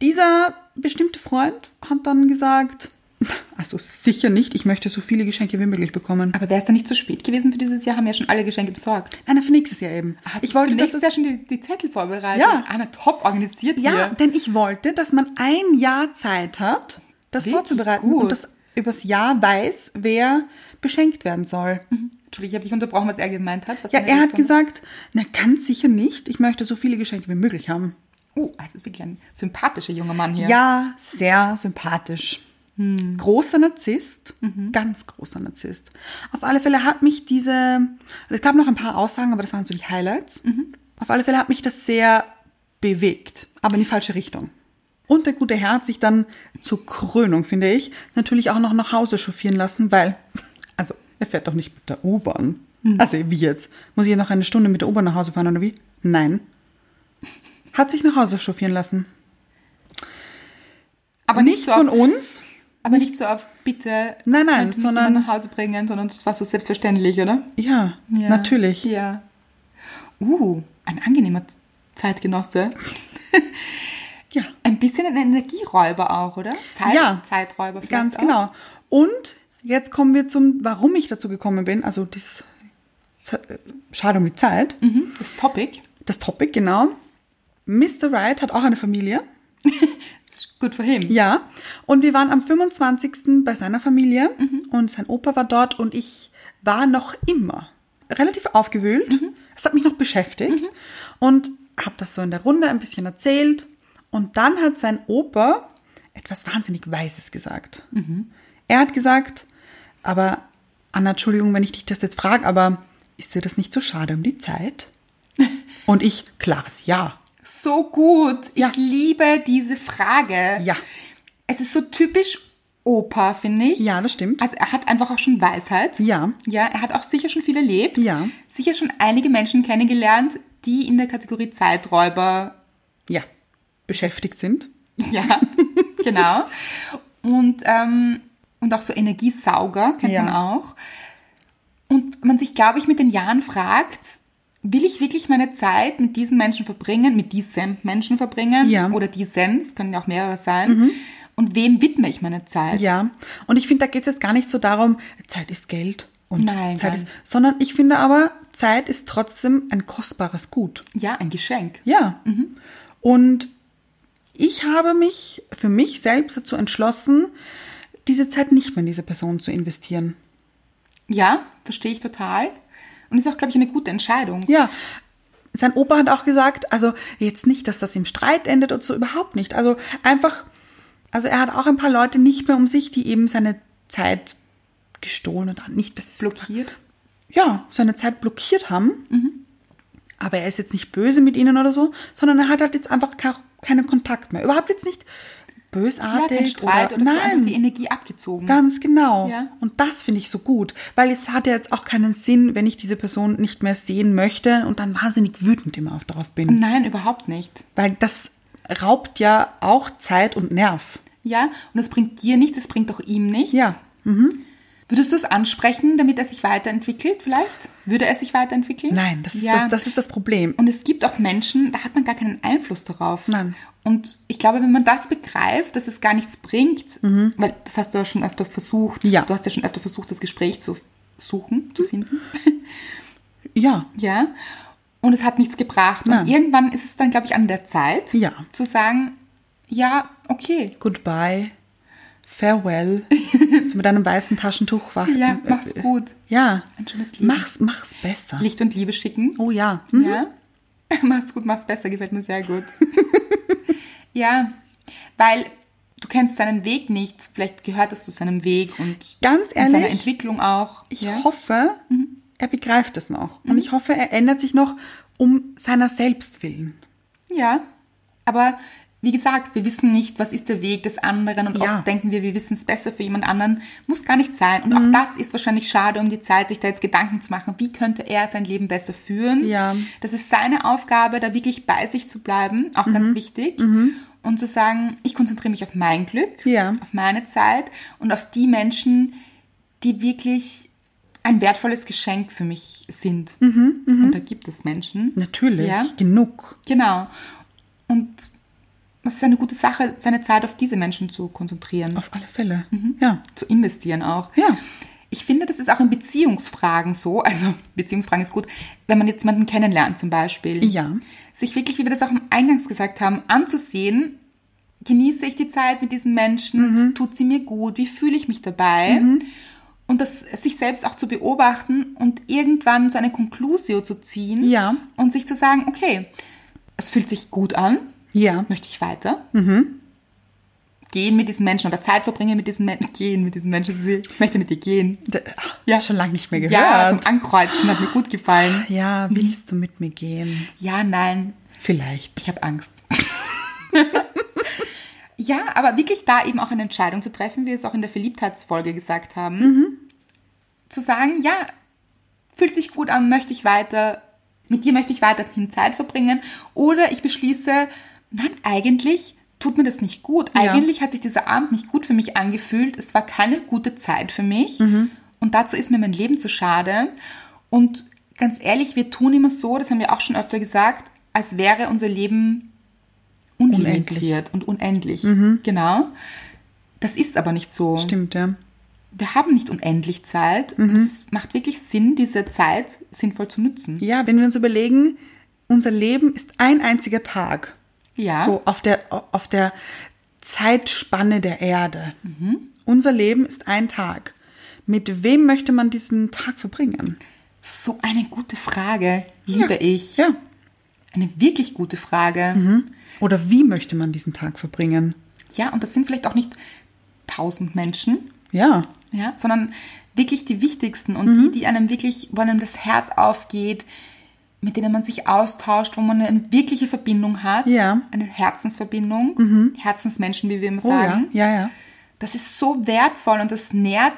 Speaker 1: Dieser bestimmte Freund hat dann gesagt, also sicher nicht, ich möchte so viele Geschenke wie möglich bekommen.
Speaker 2: Aber wäre es dann nicht zu spät gewesen für dieses Jahr? Haben ja schon alle Geschenke besorgt.
Speaker 1: Nein, für nächstes Jahr eben.
Speaker 2: Hast
Speaker 1: ich
Speaker 2: du
Speaker 1: wollte,
Speaker 2: Ah, für
Speaker 1: dass es
Speaker 2: nächstes Jahr schon die, die Zettel vorbereitet.
Speaker 1: Ja.
Speaker 2: Anna, top organisiert
Speaker 1: Ja,
Speaker 2: hier.
Speaker 1: denn ich wollte, dass man ein Jahr Zeit hat, das
Speaker 2: Wirklich
Speaker 1: vorzubereiten
Speaker 2: gut. Mhm,
Speaker 1: und das übers Jahr weiß, wer beschenkt werden soll.
Speaker 2: Entschuldigung, ich habe dich unterbrochen, was er gemeint hat. Was
Speaker 1: Ja,
Speaker 2: seine
Speaker 1: er hat
Speaker 2: Reaktion-
Speaker 1: gesagt, na ganz sicher nicht. Ich möchte so viele Geschenke wie möglich haben.
Speaker 2: Oh, also ist wirklich ein sympathischer junger Mann hier.
Speaker 1: Ja, sehr sympathisch. Hm. Großer Narzisst, ganz großer Narzisst. Auf alle Fälle hat mich diese, also es gab noch ein paar Aussagen, aber das waren so die Highlights. Auf alle Fälle hat mich das sehr bewegt, aber in die falsche Richtung. Und der gute Herr hat sich dann zur Krönung, finde ich, natürlich auch noch nach Hause chauffieren lassen, weil, also er fährt doch nicht mit der U-Bahn. Also wie jetzt? Muss ich noch eine Stunde mit der U-Bahn nach Hause fahren oder wie? Nein. Hat sich nach Hause chauffieren lassen.
Speaker 2: aber
Speaker 1: Nicht
Speaker 2: so auf,
Speaker 1: von uns,
Speaker 2: Aber nicht so auf bitte.
Speaker 1: Nein, nein,
Speaker 2: könnt mich
Speaker 1: sondern-
Speaker 2: jemand nach Hause bringen, sondern das war so selbstverständlich, oder?
Speaker 1: Ja, natürlich.
Speaker 2: Ja. Uh, ein angenehmer Z- Zeitgenosse.
Speaker 1: Ja,
Speaker 2: Ein bisschen ein Energieräuber auch, oder? Zeit,
Speaker 1: ja.
Speaker 2: Zeiträuber vielleicht
Speaker 1: Ganz
Speaker 2: auch.
Speaker 1: genau. Und jetzt kommen wir zum, warum ich dazu gekommen bin. Also das Ze- äh, schade um die Zeit.
Speaker 2: Mhm, das Topic.
Speaker 1: Das Topic, genau. Mr. Wright hat auch eine Familie.
Speaker 2: Das ist Good for him.
Speaker 1: Ja. Und wir waren am 25. bei seiner Familie und sein Opa war dort und ich war noch immer relativ aufgewühlt. Es hat mich noch beschäftigt und habe das so in der Runde ein bisschen erzählt. Und dann hat sein Opa etwas wahnsinnig Weises gesagt. Er hat gesagt, aber Anna, Entschuldigung, wenn ich dich das jetzt frage, aber ist dir das nicht so schade um die Zeit? Und ich, klares Ja.
Speaker 2: So gut.
Speaker 1: Ja.
Speaker 2: Ich liebe diese Frage.
Speaker 1: Ja.
Speaker 2: Es ist so typisch Opa, finde ich.
Speaker 1: Ja, das stimmt.
Speaker 2: Also er hat einfach auch schon Weisheit.
Speaker 1: Ja.
Speaker 2: Ja, er hat auch sicher schon viel erlebt.
Speaker 1: Ja.
Speaker 2: Sicher schon einige Menschen kennengelernt, die in der Kategorie Zeiträuber
Speaker 1: Ja. Beschäftigt sind.
Speaker 2: Ja, genau. Und, ähm, und auch so Energiesauger kennt
Speaker 1: Ja.
Speaker 2: man auch. Und man sich, glaube ich, mit den Jahren fragt, will ich wirklich meine Zeit mit diesen Menschen verbringen, mit diesem Menschen verbringen
Speaker 1: Ja. Mhm.
Speaker 2: oder diesen, es können ja auch mehrere sein. Und wem widme ich meine Zeit?
Speaker 1: Ja, und ich finde, da geht es jetzt gar nicht so darum, Zeit ist Geld und
Speaker 2: Nein,
Speaker 1: Zeit
Speaker 2: nein.
Speaker 1: ist, sondern ich finde aber, Zeit ist trotzdem ein kostbares Gut.
Speaker 2: Ja, ein Geschenk.
Speaker 1: Ja.
Speaker 2: Mhm.
Speaker 1: Und ich habe mich für mich selbst dazu entschlossen, diese Zeit nicht mehr in diese Person zu investieren.
Speaker 2: Ja, verstehe ich total. Und ist auch, glaube ich, eine gute Entscheidung.
Speaker 1: Ja. Sein Opa hat auch gesagt, also jetzt nicht, dass das im Streit endet und so überhaupt nicht. Also einfach, also er hat auch ein paar Leute nicht mehr um sich, die eben seine Zeit gestohlen und nicht das
Speaker 2: Blockiert.
Speaker 1: ja, seine Zeit blockiert haben. Aber er ist jetzt nicht böse mit ihnen oder so, sondern er hat halt jetzt einfach ka- keinen Kontakt mehr. Überhaupt jetzt nicht
Speaker 2: Ja,
Speaker 1: bösartig
Speaker 2: kein Streit oder, so, einfach
Speaker 1: nein,
Speaker 2: die Energie abgezogen.
Speaker 1: ganz genau.
Speaker 2: Ja.
Speaker 1: Und das finde ich so gut, weil es hat ja jetzt auch keinen Sinn, wenn ich diese Person nicht mehr sehen möchte und dann wahnsinnig wütend immer auch darauf bin,
Speaker 2: Nein, überhaupt nicht.
Speaker 1: weil das raubt ja auch Zeit und Nerv.
Speaker 2: Ja, und das bringt dir nichts, das bringt auch ihm nichts.
Speaker 1: Ja.
Speaker 2: Würdest du es ansprechen, damit er sich weiterentwickelt vielleicht? Würde er sich weiterentwickeln?
Speaker 1: Nein, das ist, das, das, ist das Problem.
Speaker 2: Und es gibt auch Menschen, da hat man gar keinen Einfluss darauf.
Speaker 1: Nein.
Speaker 2: Und ich glaube, wenn man das begreift, dass es gar nichts bringt, weil das hast du ja schon öfter versucht.
Speaker 1: Mhm. Ja.
Speaker 2: Du hast ja schon öfter versucht, das Gespräch zu suchen, zu finden.
Speaker 1: Ja,
Speaker 2: Ja. Und es hat nichts gebracht.
Speaker 1: Nein.
Speaker 2: Und irgendwann ist es dann, glaube ich, an der Zeit,
Speaker 1: Ja.
Speaker 2: zu sagen, ja, okay,
Speaker 1: Goodbye, farewell, so mit einem weißen Taschentuch warten.
Speaker 2: ja, mach's
Speaker 1: äh,
Speaker 2: gut.
Speaker 1: Ja,
Speaker 2: Ein schönes Leben.
Speaker 1: mach's, mach's besser.
Speaker 2: Licht und Liebe schicken.
Speaker 1: Oh ja. Hm?
Speaker 2: Ja. Mach's gut, mach's besser, gefällt mir sehr gut. ja, weil du kennst seinen Weg nicht. Vielleicht gehört es zu seinem Weg und,
Speaker 1: Ganz
Speaker 2: und seiner
Speaker 1: ehrlich,
Speaker 2: Entwicklung auch.
Speaker 1: Ich
Speaker 2: ja. Mhm.
Speaker 1: hoffe, er begreift es noch. Und ich hoffe, er ändert sich noch um seiner selbst willen.
Speaker 2: Ja, aber wie gesagt, wir wissen nicht, was ist der Weg des anderen und
Speaker 1: Ja.
Speaker 2: oft denken wir, wir wissen es besser für jemand anderen. Muss gar nicht sein. Und
Speaker 1: Mhm.
Speaker 2: auch das ist wahrscheinlich schade, um die Zeit, sich da jetzt Gedanken zu machen, wie könnte er sein Leben besser führen.
Speaker 1: Ja.
Speaker 2: Das ist seine Aufgabe, da wirklich bei sich zu bleiben, auch
Speaker 1: Mhm.
Speaker 2: ganz wichtig. Und zu sagen, ich konzentriere mich auf mein Glück,
Speaker 1: Ja.
Speaker 2: auf meine Zeit und auf die Menschen, die wirklich ein wertvolles Geschenk für mich sind. Und da gibt es Menschen.
Speaker 1: Mhm. Natürlich,
Speaker 2: Ja.
Speaker 1: genug.
Speaker 2: Genau. Und es ist eine gute Sache, seine Zeit auf diese Menschen zu konzentrieren,
Speaker 1: Auf alle Fälle.
Speaker 2: Mhm.
Speaker 1: Ja.
Speaker 2: zu investieren auch.
Speaker 1: Ja.
Speaker 2: Ich finde, das ist auch in Beziehungsfragen so. Also, Beziehungsfragen ist gut, wenn man jetzt jemanden kennenlernt zum Beispiel.
Speaker 1: Ja.
Speaker 2: Sich wirklich, wie wir das auch am Eingangs gesagt haben, anzusehen,
Speaker 1: Mhm.
Speaker 2: genieße ich die Zeit mit diesen Menschen, tut sie mir gut, wie fühle ich mich dabei? und das sich selbst auch zu beobachten und irgendwann so eine Conclusio zu ziehen
Speaker 1: Ja.
Speaker 2: und sich zu sagen, okay, es fühlt sich gut an,
Speaker 1: Ja.
Speaker 2: möchte ich weiter.
Speaker 1: Mhm.
Speaker 2: Gehen mit diesen Menschen oder Zeit verbringen mit diesen Menschen. Gehen mit diesen Menschen. Ich möchte mit dir gehen.
Speaker 1: Ja, schon lange nicht mehr gehört.
Speaker 2: Ja, zum Ankreuzen hat mir gut gefallen.
Speaker 1: Ja, willst du mit mir gehen?
Speaker 2: Ja, nein,
Speaker 1: Vielleicht.
Speaker 2: ich habe Angst. ja, aber wirklich da eben auch eine Entscheidung zu treffen, wie wir es auch in der Verliebtheitsfolge gesagt haben. Zu sagen, ja, fühlt sich gut an, möchte ich weiter, mit dir möchte ich weiterhin Zeit verbringen. Oder ich beschließe, nein, eigentlich tut mir das nicht gut.
Speaker 1: Ja.
Speaker 2: Eigentlich hat sich dieser Abend nicht gut für mich angefühlt. Es war keine gute Zeit für mich. Und dazu ist mir mein Leben zu schade. Und ganz ehrlich, wir tun immer so, das haben wir auch schon öfter gesagt, als wäre unser Leben unlimitiert und unendlich. Genau. Das ist aber nicht so
Speaker 1: Mhm. Stimmt, Mhm. ja.
Speaker 2: wir haben nicht unendlich Zeit. Und Es macht wirklich Sinn, diese Zeit sinnvoll zu nutzen.
Speaker 1: Ja, wenn wir uns überlegen, unser Leben ist ein einziger Tag.
Speaker 2: Ja.
Speaker 1: So auf der, auf der Zeitspanne der Erde.
Speaker 2: Mhm.
Speaker 1: Unser Leben ist ein Tag. Mit wem möchte man diesen Tag verbringen?
Speaker 2: So eine gute Frage, liebe ich.
Speaker 1: Ja. Mhm.
Speaker 2: Eine wirklich gute Frage.
Speaker 1: Oder wie möchte man diesen Tag verbringen?
Speaker 2: Ja, und das sind vielleicht auch nicht tausend Menschen,
Speaker 1: Ja.
Speaker 2: ja, sondern wirklich die wichtigsten und
Speaker 1: Mhm.
Speaker 2: die, die einem wirklich, wo einem das Herz aufgeht, mit denen man sich austauscht, wo man eine wirkliche Verbindung hat.
Speaker 1: Ja. Mhm.
Speaker 2: Eine Herzensverbindung. Herzensmenschen, wie wir immer
Speaker 1: Oh
Speaker 2: sagen.
Speaker 1: ja, ja, ja.
Speaker 2: Das ist so wertvoll und das nährt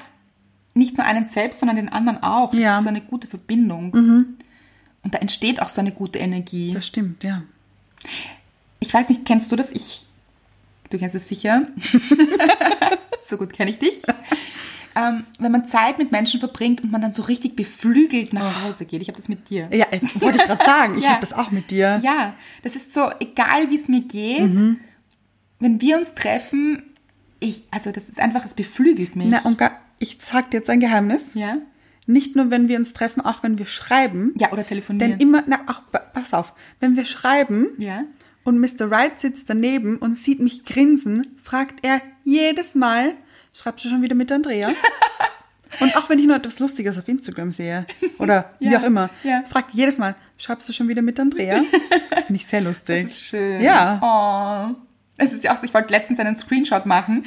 Speaker 2: nicht nur einen selbst, sondern den anderen auch. Das
Speaker 1: Ja. Mhm.
Speaker 2: ist so eine gute Verbindung. Und da entsteht auch so eine gute Energie.
Speaker 1: Das stimmt, ja.
Speaker 2: Ich weiß nicht, kennst du das? Ich, du kennst es sicher. so gut kenne ich dich. Ähm, wenn man Zeit mit Menschen verbringt und man dann so richtig beflügelt nach Hause geht. Ich habe das mit dir.
Speaker 1: Oh. Ja, äh, wollte ich gerade sagen, ich
Speaker 2: Ja.
Speaker 1: hab habe das auch mit dir.
Speaker 2: Ja, das ist so, egal wie es mir geht,
Speaker 1: Mhm.
Speaker 2: wenn wir uns treffen, ich, also das ist einfach, es beflügelt mich.
Speaker 1: Na, und gar, ich sag dir jetzt ein Geheimnis.
Speaker 2: ja?
Speaker 1: Nicht nur, wenn wir uns treffen, auch wenn wir schreiben.
Speaker 2: ja, oder telefonieren.
Speaker 1: Denn immer, na, ach, pa- pass auf, wenn wir schreiben
Speaker 2: Ja.
Speaker 1: und Mr. Wright sitzt daneben und sieht mich grinsen, fragt er jedes Mal, schreibst du schon wieder mit Andrea? und auch wenn ich nur etwas Lustiges auf Instagram sehe oder wie
Speaker 2: Ja,
Speaker 1: auch immer,
Speaker 2: ja.
Speaker 1: fragt jedes Mal, schreibst du schon wieder mit Andrea? Das finde ich sehr lustig.
Speaker 2: Das ist schön.
Speaker 1: Ja.
Speaker 2: Oh. Es ist ja auch, so, ich wollte letztens einen Screenshot machen.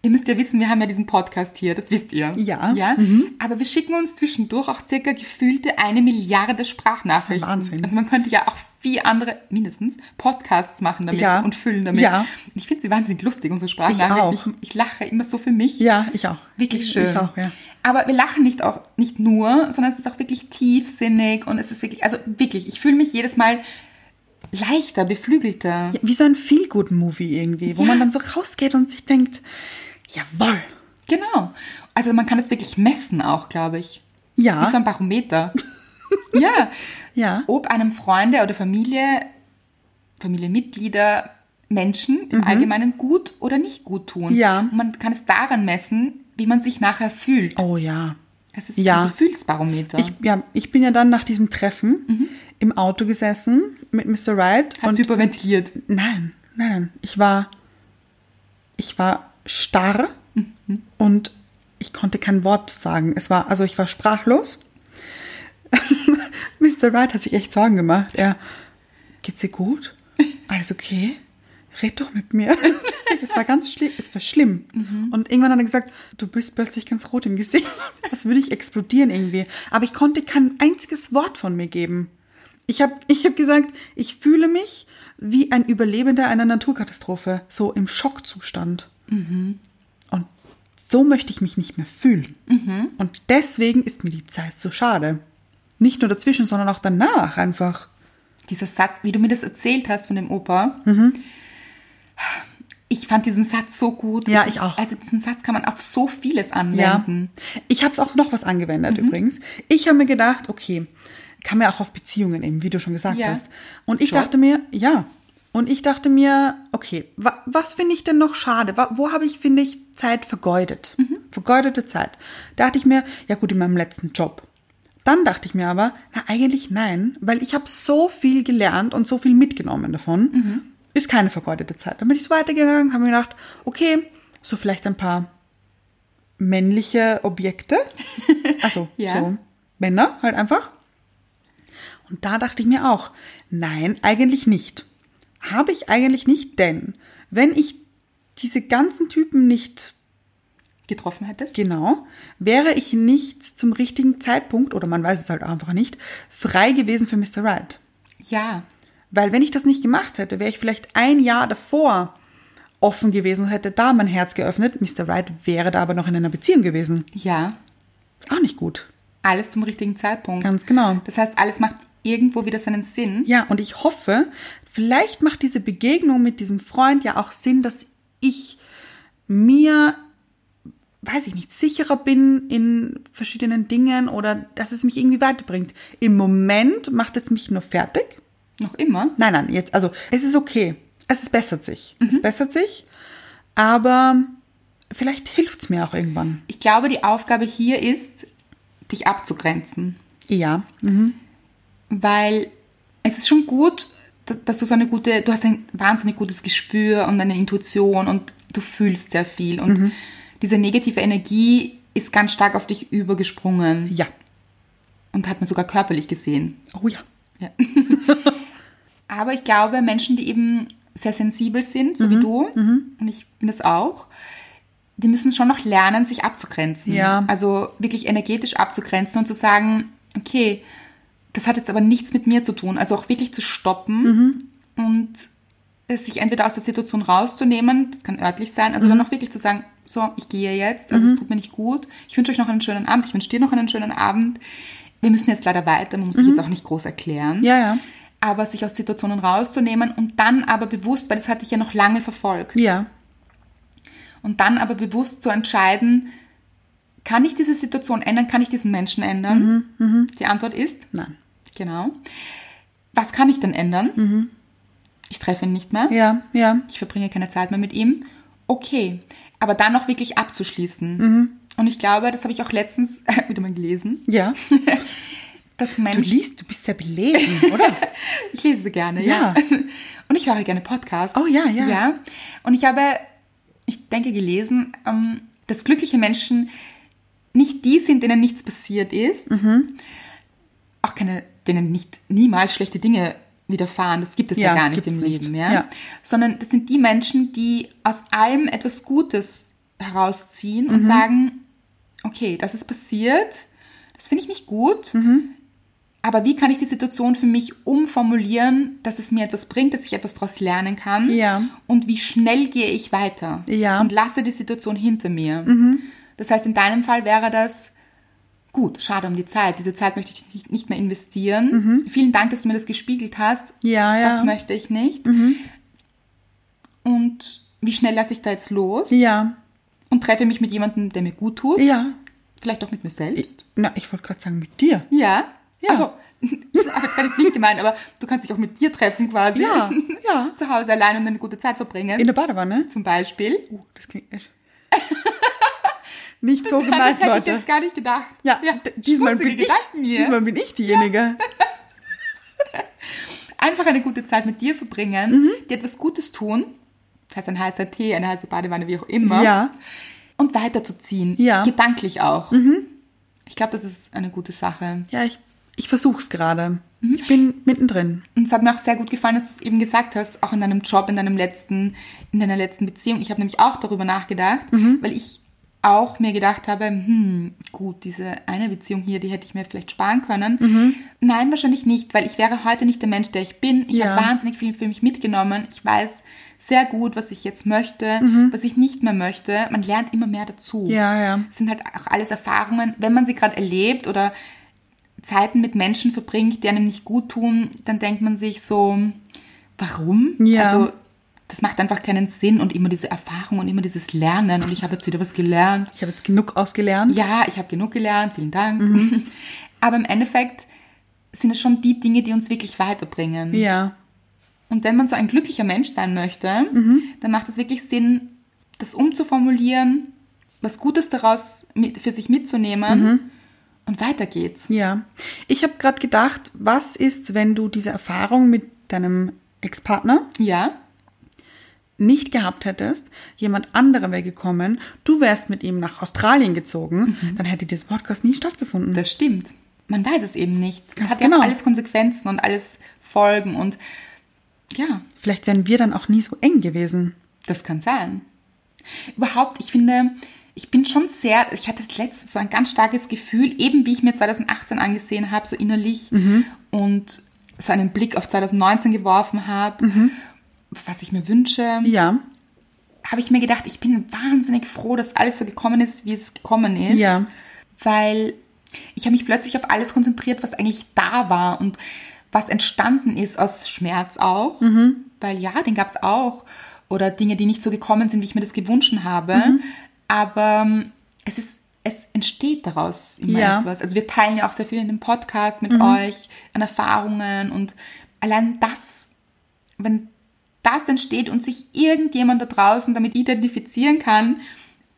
Speaker 2: Ihr müsst ja wissen, wir haben ja diesen Podcast hier, das wisst ihr.
Speaker 1: Ja. Mhm.
Speaker 2: ja? Aber wir schicken uns zwischendurch auch circa gefühlte eine Milliarde
Speaker 1: Das
Speaker 2: Sprachnachrichten.
Speaker 1: ist ein Wahnsinn.
Speaker 2: Also man könnte ja auch vier andere, mindestens, Podcasts machen damit
Speaker 1: Ja.
Speaker 2: und füllen damit.
Speaker 1: Ja.
Speaker 2: Und ich finde sie wahnsinnig lustig, unsere Sprachnachrichten.
Speaker 1: Ich auch.
Speaker 2: ich lache immer so für mich.
Speaker 1: Ja, ich auch.
Speaker 2: Wirklich schön.
Speaker 1: Ich auch, ja.
Speaker 2: Aber wir lachen nicht auch nicht nur, sondern es ist auch wirklich tiefsinnig und es ist wirklich, also wirklich, ich fühle mich jedes Mal leichter, beflügelter.
Speaker 1: Ja, wie so ein Feel-Good-Movie irgendwie, wo
Speaker 2: Ja.
Speaker 1: man dann so rausgeht und sich denkt, jawohl.
Speaker 2: Genau. Also man kann es wirklich messen auch, glaube ich.
Speaker 1: Ja.
Speaker 2: Wie so ein Barometer. ja.
Speaker 1: Ja.
Speaker 2: Ob einem Freunde oder Familie, Familienmitglieder, Menschen im Allgemeinen gut oder nicht gut tun.
Speaker 1: Mhm. Ja.
Speaker 2: Und man kann es daran messen, wie man sich nachher fühlt.
Speaker 1: Oh ja.
Speaker 2: Es ist
Speaker 1: Ja.
Speaker 2: ein Gefühlsbarometer.
Speaker 1: Ich, ja, ich bin ja dann nach diesem Treffen im Auto gesessen mit Mr. Wright
Speaker 2: Hat
Speaker 1: und
Speaker 2: hyperventiliert.
Speaker 1: nein, nein, nein, ich war ich war starr und ich konnte kein Wort sagen. Es war also ich war sprachlos. Mr. Wright hat sich echt Sorgen gemacht. Er geht's dir gut? Alles okay? Red doch mit mir. Es war ganz schlimm, es war schlimm. Und irgendwann hat er gesagt, du bist plötzlich ganz rot im Gesicht. Das würde ich explodieren irgendwie. Aber ich konnte kein einziges Wort von mir geben. Ich habe ich hab gesagt, ich fühle mich wie ein Überlebender einer Naturkatastrophe, so im Schockzustand. Und so möchte ich mich nicht mehr fühlen. Und deswegen ist mir die Zeit so schade. Nicht nur dazwischen, sondern auch danach einfach.
Speaker 2: dieser Satz, wie du mir das erzählt hast von dem Opa,
Speaker 1: Mhm.
Speaker 2: ich fand diesen Satz so gut.
Speaker 1: Ja, ich auch.
Speaker 2: Also diesen Satz kann man auf so vieles anwenden.
Speaker 1: Ja. Ich habe es auch noch was angewendet übrigens. Ich habe mir gedacht, okay, kann man auch auf Beziehungen eben, wie du schon gesagt
Speaker 2: Ja.
Speaker 1: hast. Und ich
Speaker 2: Job.
Speaker 1: dachte mir, ja. Und ich dachte mir, okay, wa was finde ich denn noch schade? Wa wo habe ich, finde ich, Zeit vergeudet? Vergeudete Zeit. Da dachte ich mir, ja gut, in meinem letzten Job. Dann dachte ich mir aber, na eigentlich nein, weil ich habe so viel gelernt und so viel mitgenommen davon. Ist keine vergeudete Zeit. Dann bin ich so weitergegangen, habe mir gedacht, okay, so vielleicht ein paar männliche Objekte. Also
Speaker 2: Ja.
Speaker 1: so Männer halt einfach. Und da dachte ich mir auch, nein, eigentlich nicht. Habe ich eigentlich nicht, denn wenn ich diese ganzen Typen nicht
Speaker 2: Getroffen hättest?
Speaker 1: Genau. Wäre ich nicht zum richtigen Zeitpunkt, oder man weiß es halt einfach nicht, frei gewesen für Mr. Right.
Speaker 2: ja.
Speaker 1: Weil wenn ich das nicht gemacht hätte, wäre ich vielleicht ein Jahr davor offen gewesen und hätte da mein Herz geöffnet. Mr. Right wäre da aber noch in einer Beziehung gewesen.
Speaker 2: Ja.
Speaker 1: Auch nicht gut.
Speaker 2: Alles zum richtigen Zeitpunkt.
Speaker 1: Ganz genau.
Speaker 2: Das heißt, alles macht irgendwo wieder seinen Sinn.
Speaker 1: Ja, und ich hoffe, vielleicht macht diese Begegnung mit diesem Freund ja auch Sinn, dass ich mir, weiß ich nicht, sicherer bin in verschiedenen Dingen oder dass es mich irgendwie weiterbringt. Im Moment macht es mich nur fertig.
Speaker 2: Noch immer.
Speaker 1: Nein, nein, jetzt, also es ist okay. Es ist- bessert sich. Es bessert sich, aber vielleicht hilft es mir auch irgendwann.
Speaker 2: Ich glaube, die Aufgabe hier ist, dich abzugrenzen.
Speaker 1: Ja. Mhm.
Speaker 2: Weil es ist schon gut, d- dass du so eine gute, du hast ein wahnsinnig gutes Gespür und eine Intuition und du fühlst sehr viel. Und
Speaker 1: Mhm.
Speaker 2: diese negative Energie ist ganz stark auf dich übergesprungen
Speaker 1: Ja.
Speaker 2: und hat man sogar körperlich gesehen.
Speaker 1: Oh ja.
Speaker 2: Ja. Aber ich glaube, Menschen, die eben sehr sensibel sind, so wie du, und ich bin das auch, die müssen schon noch lernen, sich abzugrenzen.
Speaker 1: Ja.
Speaker 2: Also wirklich energetisch abzugrenzen und zu sagen, okay, das hat jetzt aber nichts mit mir zu tun. Also auch wirklich zu stoppen und es sich entweder aus der Situation rauszunehmen, das kann örtlich sein, also dann auch wirklich zu sagen, so, ich gehe jetzt, also es tut mir nicht gut, ich wünsche euch noch einen schönen Abend, ich wünsche dir noch einen schönen Abend. Wir müssen jetzt leider weiter, man muss sich jetzt auch nicht groß erklären
Speaker 1: Ja, ja.
Speaker 2: aber sich aus Situationen rauszunehmen und dann aber bewusst, weil das hatte ich ja noch lange verfolgt,
Speaker 1: Ja.
Speaker 2: und dann aber bewusst zu entscheiden, kann ich diese Situation ändern, kann ich diesen Menschen ändern? Die Antwort ist,
Speaker 1: Mhm, Nein.
Speaker 2: genau. Was kann ich denn ändern? Ich treffe ihn nicht mehr,
Speaker 1: Mhm. Ja, ja.
Speaker 2: ich verbringe keine Zeit mehr mit ihm. Okay, aber dann noch wirklich abzuschließen.
Speaker 1: Mhm.
Speaker 2: Und ich glaube, das habe ich auch letztens wieder mal gelesen,
Speaker 1: Ja.
Speaker 2: dass
Speaker 1: Du
Speaker 2: Menschen...
Speaker 1: liest, du bist sehr belesen, oder?
Speaker 2: Ich lese gerne,
Speaker 1: Ja.
Speaker 2: ja. Und ich höre gerne Podcasts.
Speaker 1: Oh ja, ja.
Speaker 2: Ja. Und ich habe, ich denke, gelesen, ähm, dass glückliche Menschen nicht die sind, denen nichts passiert ist.
Speaker 1: Mhm.
Speaker 2: Auch keine, denen nicht niemals schlechte Dinge widerfahren. Das gibt es ja,
Speaker 1: Ja,
Speaker 2: gar nicht
Speaker 1: gibt's
Speaker 2: im
Speaker 1: nicht.
Speaker 2: Leben, ja?
Speaker 1: Ja.
Speaker 2: Sondern das sind die Menschen, die aus allem etwas Gutes herausziehen
Speaker 1: Mhm.
Speaker 2: und sagen, okay, das ist passiert, das finde ich nicht gut.
Speaker 1: Mhm.
Speaker 2: Aber wie kann ich die Situation für mich umformulieren, dass es mir etwas bringt, dass ich etwas daraus lernen kann?
Speaker 1: Ja.
Speaker 2: Und wie schnell gehe ich weiter?
Speaker 1: Ja. Mhm.
Speaker 2: Und lasse die Situation hinter mir. Das heißt, in deinem Fall wäre das gut, schade um die Zeit. Diese Zeit möchte ich nicht- nicht mehr investieren. Vielen Dank, dass du mir das gespiegelt hast.
Speaker 1: Mhm. Ja, ja. Mhm.
Speaker 2: Das möchte ich nicht. Und wie schnell lasse ich da jetzt los?
Speaker 1: Ja,
Speaker 2: Und treffe mich mit jemandem, der mir gut tut?
Speaker 1: ja.
Speaker 2: Vielleicht auch mit mir selbst?
Speaker 1: Na, ich wollte gerade sagen, mit dir.
Speaker 2: Ja.
Speaker 1: Ja.
Speaker 2: Also, ich habe jetzt gar nicht mich gemeint, aber du kannst dich auch mit dir treffen quasi.
Speaker 1: Ja, ja.
Speaker 2: Zu Hause allein und eine gute Zeit verbringen.
Speaker 1: In der Badewanne.
Speaker 2: zum Beispiel.
Speaker 1: Uh, das klingt echt. Nicht so
Speaker 2: das
Speaker 1: gemeint,
Speaker 2: hätte ich
Speaker 1: Leute.
Speaker 2: jetzt gar nicht gedacht.
Speaker 1: Ja, d- diesmal
Speaker 2: schmutzige
Speaker 1: bin, ich,
Speaker 2: Gedanken hier.
Speaker 1: diesmal bin ich diejenige.
Speaker 2: Einfach eine gute Zeit mit dir verbringen,
Speaker 1: Mhm.
Speaker 2: dir etwas Gutes tun. Das heißt, ein heißer Tee, eine heiße Badewanne, wie auch immer.
Speaker 1: Ja. ja,
Speaker 2: Und weiterzuziehen.
Speaker 1: Ja. Mhm.
Speaker 2: Gedanklich auch. Ich glaube, das ist eine gute Sache.
Speaker 1: ich, ich versuch's gerade.
Speaker 2: Mhm.
Speaker 1: Ich bin mittendrin.
Speaker 2: Und es hat mir auch sehr gut gefallen, dass du es eben gesagt hast, auch in deinem Job, in deinem letzten, in deiner letzten Beziehung. Ich habe nämlich auch darüber nachgedacht, weil ich auch mir gedacht habe, hm, gut, diese eine Beziehung hier, die hätte ich mir vielleicht sparen können. Nein, wahrscheinlich nicht, weil ich wäre heute nicht der Mensch, der ich bin. Ich
Speaker 1: Ja.
Speaker 2: habe wahnsinnig viel für mich mitgenommen. Ich weiß sehr gut, was ich jetzt möchte, was ich nicht mehr möchte. Man lernt immer mehr dazu.
Speaker 1: Ja, ja.
Speaker 2: Es sind halt auch alles Erfahrungen, wenn man sie gerade erlebt oder Zeiten mit Menschen verbringt, die einem nicht gut tun, dann denkt man sich so, warum?
Speaker 1: Ja.
Speaker 2: Also das macht einfach keinen Sinn und immer diese Erfahrung und immer dieses Lernen und ich habe jetzt wieder was gelernt.
Speaker 1: Ich habe jetzt genug ausgelernt.
Speaker 2: Ja, ich habe genug gelernt, vielen Dank.
Speaker 1: Mhm.
Speaker 2: Aber im Endeffekt sind es schon die Dinge, die uns wirklich weiterbringen.
Speaker 1: Ja.
Speaker 2: Und wenn man so ein glücklicher Mensch sein möchte,
Speaker 1: Mhm.
Speaker 2: dann macht es wirklich Sinn, das umzuformulieren, was Gutes daraus mit, für sich mitzunehmen
Speaker 1: Mhm.
Speaker 2: und weiter geht's.
Speaker 1: Ja, ich habe gerade gedacht, was ist, wenn du diese Erfahrung mit deinem Ex-Partner
Speaker 2: Ja,
Speaker 1: nicht gehabt hättest, jemand anderer wäre gekommen, du wärst mit ihm nach Australien gezogen,
Speaker 2: Mhm.
Speaker 1: dann hätte dieser Podcast nie stattgefunden.
Speaker 2: Das stimmt. Man weiß es eben nicht. Es
Speaker 1: Ganz
Speaker 2: hat ja
Speaker 1: genau.
Speaker 2: auch alles Konsequenzen und alles Folgen und ja,
Speaker 1: Vielleicht wären wir dann auch nie so eng gewesen.
Speaker 2: Das kann sein. Überhaupt, ich finde, ich bin schon sehr, ich hatte letztens so ein ganz starkes Gefühl, eben wie ich mir 2018 angesehen habe, so innerlich und so einen Blick auf 2019 geworfen habe, was ich mir wünsche,
Speaker 1: Ja,
Speaker 2: habe ich mir gedacht, ich bin wahnsinnig froh, dass alles so gekommen ist, wie es gekommen ist.
Speaker 1: Ja.
Speaker 2: Weil ich habe mich plötzlich auf alles konzentriert, was eigentlich da war und was entstanden ist aus Schmerz auch.
Speaker 1: Mhm.
Speaker 2: Weil ja, den gab es auch. Oder Dinge, die nicht so gekommen sind, wie ich mir das gewünscht habe.
Speaker 1: Mhm.
Speaker 2: Aber ähm, es ist. Es entsteht daraus immer
Speaker 1: Ja. Mhm.
Speaker 2: etwas. Also wir teilen ja auch sehr viel in dem Podcast mit euch an Erfahrungen und allein das wenn das entsteht und sich irgendjemand da draußen damit identifizieren kann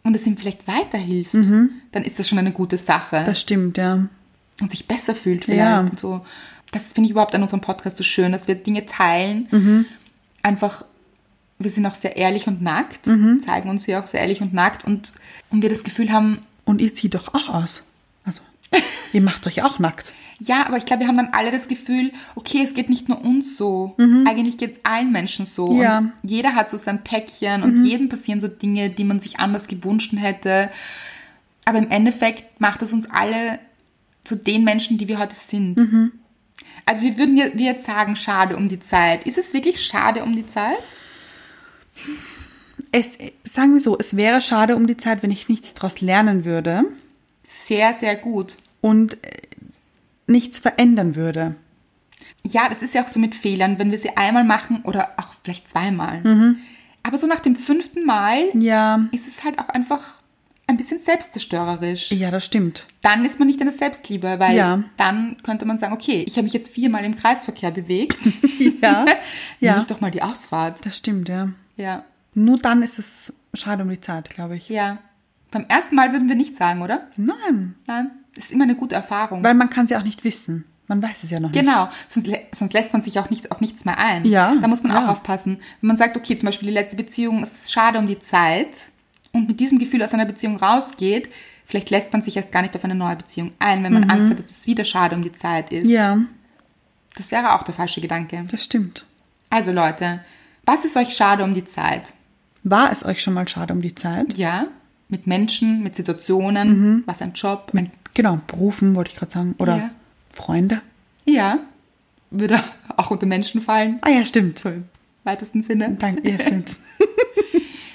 Speaker 2: und es ihm vielleicht weiterhilft, dann ist das schon eine gute Sache
Speaker 1: Mhm. das stimmt, ja.
Speaker 2: und sich besser fühlt vielleicht
Speaker 1: Ja.
Speaker 2: und so. Das finde ich überhaupt an unserem Podcast so schön, dass wir Dinge teilen.
Speaker 1: Mhm.
Speaker 2: Einfach, wir sind auch sehr ehrlich und nackt,
Speaker 1: Mhm.
Speaker 2: zeigen uns hier auch sehr ehrlich und nackt und, und wir das Gefühl haben,
Speaker 1: Und ihr zieht doch auch aus. Also, ihr macht euch auch nackt.
Speaker 2: ja, aber ich glaube, wir haben dann alle das Gefühl, okay, es geht nicht nur uns so. Eigentlich geht es allen Menschen so.
Speaker 1: Ja.
Speaker 2: Und jeder hat so sein Päckchen und jedem passieren so Dinge, die man sich anders gewünscht hätte. Aber im Endeffekt macht es uns alle zu den Menschen, die wir heute sind. Also wir würden ja- wir jetzt sagen, schade um die Zeit. Ist es wirklich schade um die Zeit?
Speaker 1: Es, sagen wir so, es wäre schade um die Zeit, wenn ich nichts daraus lernen würde
Speaker 2: Sehr, sehr gut.
Speaker 1: und äh, nichts verändern würde.
Speaker 2: Ja, das ist ja auch so mit Fehlern, wenn wir sie einmal machen oder auch vielleicht zweimal. Aber so nach dem fünften Mal
Speaker 1: Ja,
Speaker 2: ist es halt auch einfach ein bisschen selbstzerstörerisch.
Speaker 1: ja, das stimmt.
Speaker 2: Dann ist man nicht in der Selbstliebe, weil
Speaker 1: Ja.
Speaker 2: dann könnte man sagen, okay, ich habe mich jetzt viermal im Kreisverkehr bewegt.
Speaker 1: Ja,
Speaker 2: Nehme
Speaker 1: ja,
Speaker 2: ich doch mal die Ausfahrt.
Speaker 1: das stimmt, ja.
Speaker 2: Ja.
Speaker 1: Nur dann ist es schade um die Zeit, glaube ich.
Speaker 2: Ja. Beim ersten Mal würden wir nicht sagen, oder?
Speaker 1: Nein,
Speaker 2: Nein. Das ist immer eine gute Erfahrung.
Speaker 1: weil man kann es ja auch nicht wissen. Man weiß es ja noch
Speaker 2: Genau, sonst, lä- sonst lässt man sich auch nicht auf nichts mehr ein.
Speaker 1: Ja,
Speaker 2: Da muss man
Speaker 1: ja.
Speaker 2: auch aufpassen. Wenn man sagt, okay, zum Beispiel die letzte Beziehung es ist schade um die Zeit und mit diesem Gefühl aus einer Beziehung rausgeht, vielleicht lässt man sich erst gar nicht auf eine neue Beziehung ein, wenn man Angst hat, dass es wieder schade um die Zeit ist.
Speaker 1: nicht. Mhm. Ja,
Speaker 2: Das wäre auch der falsche Gedanke.
Speaker 1: das stimmt.
Speaker 2: Also Leute, was ist euch schade um die Zeit?
Speaker 1: War es euch schon mal schade um die Zeit?
Speaker 2: Ja, mit Menschen, mit Situationen,
Speaker 1: Mhm.
Speaker 2: was ein Job, ein,
Speaker 1: Genau, Berufen wollte ich gerade sagen. Oder
Speaker 2: Ja.
Speaker 1: Freunde.
Speaker 2: ja, würde auch unter Menschen fallen,
Speaker 1: Ah ja, stimmt.
Speaker 2: so im weitesten Sinne.
Speaker 1: Danke, ja, stimmt.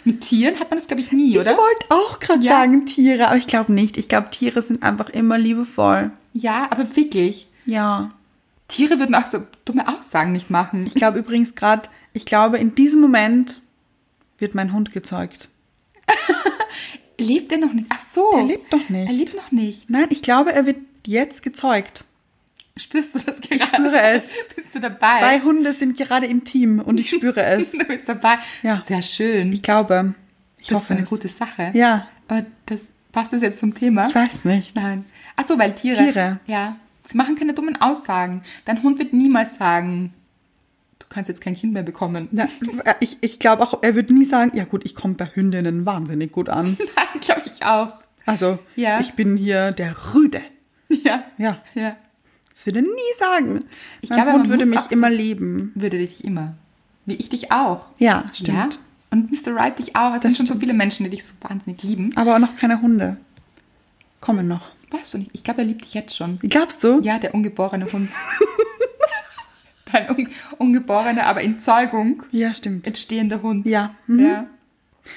Speaker 2: Mit Tieren hat man das, glaube ich, nie, oder?
Speaker 1: Ich wollte auch gerade
Speaker 2: Ja.
Speaker 1: sagen Tiere, aber ich glaube nicht. Ich glaube, Tiere sind einfach immer liebevoll.
Speaker 2: Ja, aber wirklich.
Speaker 1: Ja.
Speaker 2: Tiere würden auch so dumme Aussagen nicht machen.
Speaker 1: Ich glaube übrigens gerade, ich glaube, in diesem Moment wird mein Hund gezeugt.
Speaker 2: Lebt er noch nicht? Ach so.
Speaker 1: Er lebt noch nicht.
Speaker 2: Er lebt noch nicht.
Speaker 1: Nein, ich glaube, er wird jetzt gezeugt.
Speaker 2: Spürst du das gerade? Ich
Speaker 1: spüre es.
Speaker 2: Bist du dabei?
Speaker 1: Zwei Hunde sind gerade intim und ich spüre es.
Speaker 2: Du bist dabei.
Speaker 1: Ja.
Speaker 2: Sehr schön.
Speaker 1: Ich glaube, ich
Speaker 2: das
Speaker 1: hoffe
Speaker 2: ist eine
Speaker 1: es.
Speaker 2: gute Sache.
Speaker 1: Ja.
Speaker 2: Aber das, passt das jetzt zum Thema?
Speaker 1: Ich weiß nicht.
Speaker 2: Nein. Ach so, weil Tiere.
Speaker 1: Tiere.
Speaker 2: Ja. Sie machen keine dummen Aussagen. Dein Hund wird niemals sagen, du kannst jetzt kein Kind mehr bekommen.
Speaker 1: Na, ich ich glaube auch, er wird nie sagen, ja gut, ich komme bei Hündinnen wahnsinnig gut an.
Speaker 2: Nein, glaube ich auch.
Speaker 1: Also,
Speaker 2: Ja.
Speaker 1: ich bin hier der Rüde.
Speaker 2: Ja.
Speaker 1: Ja.
Speaker 2: Ja.
Speaker 1: Das würde er nie sagen.
Speaker 2: Ich
Speaker 1: mein
Speaker 2: glaube,
Speaker 1: Hund
Speaker 2: man
Speaker 1: würde
Speaker 2: muss
Speaker 1: mich
Speaker 2: auch so-
Speaker 1: immer lieben.
Speaker 2: Würde dich immer. Wie ich dich auch.
Speaker 1: Ja, stimmt.
Speaker 2: Ja? Und Mr. Right dich auch. Es sind schon so
Speaker 1: stimmt.
Speaker 2: viele Menschen, die dich so wahnsinnig lieben.
Speaker 1: Aber noch keine Hunde. Kommen noch.
Speaker 2: Weißt du nicht? Ich glaube, er liebt dich jetzt schon.
Speaker 1: Glaubst du?
Speaker 2: Ja, der ungeborene Hund. Dein un ungeborener, aber in Zeugung
Speaker 1: Ja, stimmt.
Speaker 2: entstehender Hund.
Speaker 1: Ja. Mhm.
Speaker 2: ja.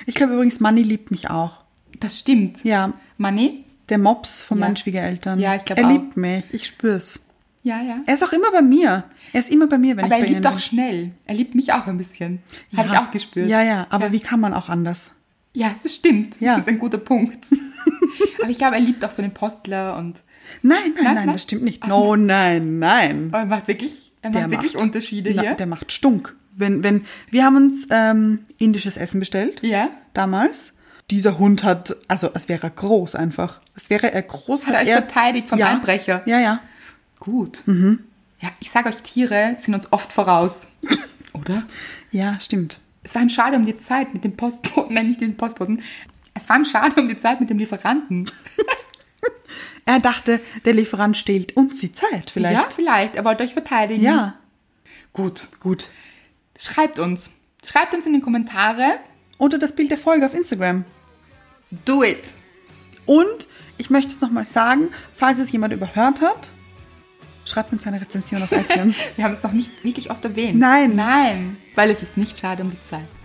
Speaker 1: Ich glaube übrigens, Manni liebt mich auch.
Speaker 2: Das stimmt.
Speaker 1: Ja.
Speaker 2: Manni?
Speaker 1: Der Mops von
Speaker 2: Ja.
Speaker 1: meinen Schwiegereltern.
Speaker 2: Ja, ich glaub
Speaker 1: Er
Speaker 2: auch.
Speaker 1: liebt mich. Ich spür's.
Speaker 2: Ja, ja.
Speaker 1: Er ist auch immer bei mir. Er ist immer bei mir, wenn
Speaker 2: Aber
Speaker 1: ich
Speaker 2: er
Speaker 1: bei
Speaker 2: liebt
Speaker 1: ihnen
Speaker 2: auch schnell. Er liebt mich auch ein bisschen. Habe
Speaker 1: Ja.
Speaker 2: ich auch gespürt.
Speaker 1: Ja, ja, aber wie kann man auch anders?
Speaker 2: Ja, das stimmt.
Speaker 1: Ja.
Speaker 2: Das ist ein guter Punkt. aber ich glaube, er liebt auch so den Postler und
Speaker 1: Nein, nein,
Speaker 2: Nein,
Speaker 1: nein,
Speaker 2: nein. Also
Speaker 1: das stimmt nicht. No, nein, nein.
Speaker 2: oh, er macht wirklich, er macht wirklich Unterschiede
Speaker 1: na,
Speaker 2: hier.
Speaker 1: Der macht Stunk. Wenn, wenn, wir haben uns ähm, indisches Essen bestellt.
Speaker 2: Ja.
Speaker 1: Damals. Dieser Hund hat, also als wäre er groß einfach. Als wäre er groß.
Speaker 2: Hat er euch
Speaker 1: er
Speaker 2: verteidigt vom
Speaker 1: ja,
Speaker 2: Einbrecher?
Speaker 1: Ja, ja.
Speaker 2: Gut.
Speaker 1: Mhm.
Speaker 2: Ja, ich sage euch, Tiere sind uns oft voraus. Oder?
Speaker 1: Ja, stimmt.
Speaker 2: Es war ihm schade um die Zeit mit dem Postboten, nein, nicht den Postboten. Es war ihm schade um die Zeit mit dem Lieferanten.
Speaker 1: Er dachte, der Lieferant stehlt uns die Zeit
Speaker 2: Ja,
Speaker 1: vielleicht.
Speaker 2: vielleicht. Er wollte euch verteidigen.
Speaker 1: ja.
Speaker 2: Gut.
Speaker 1: Gut.
Speaker 2: Schreibt uns. Schreibt uns in die Kommentare.
Speaker 1: Unter das Bild der Folge auf Instagram.
Speaker 2: Do it.
Speaker 1: Und ich möchte es nochmal sagen, falls es jemand überhört hat, schreibt uns eine Rezension auf iTunes.
Speaker 2: Wir haben es noch nicht wirklich oft erwähnt.
Speaker 1: Nein.
Speaker 2: Nein. Weil es ist nicht schade um die Zeit.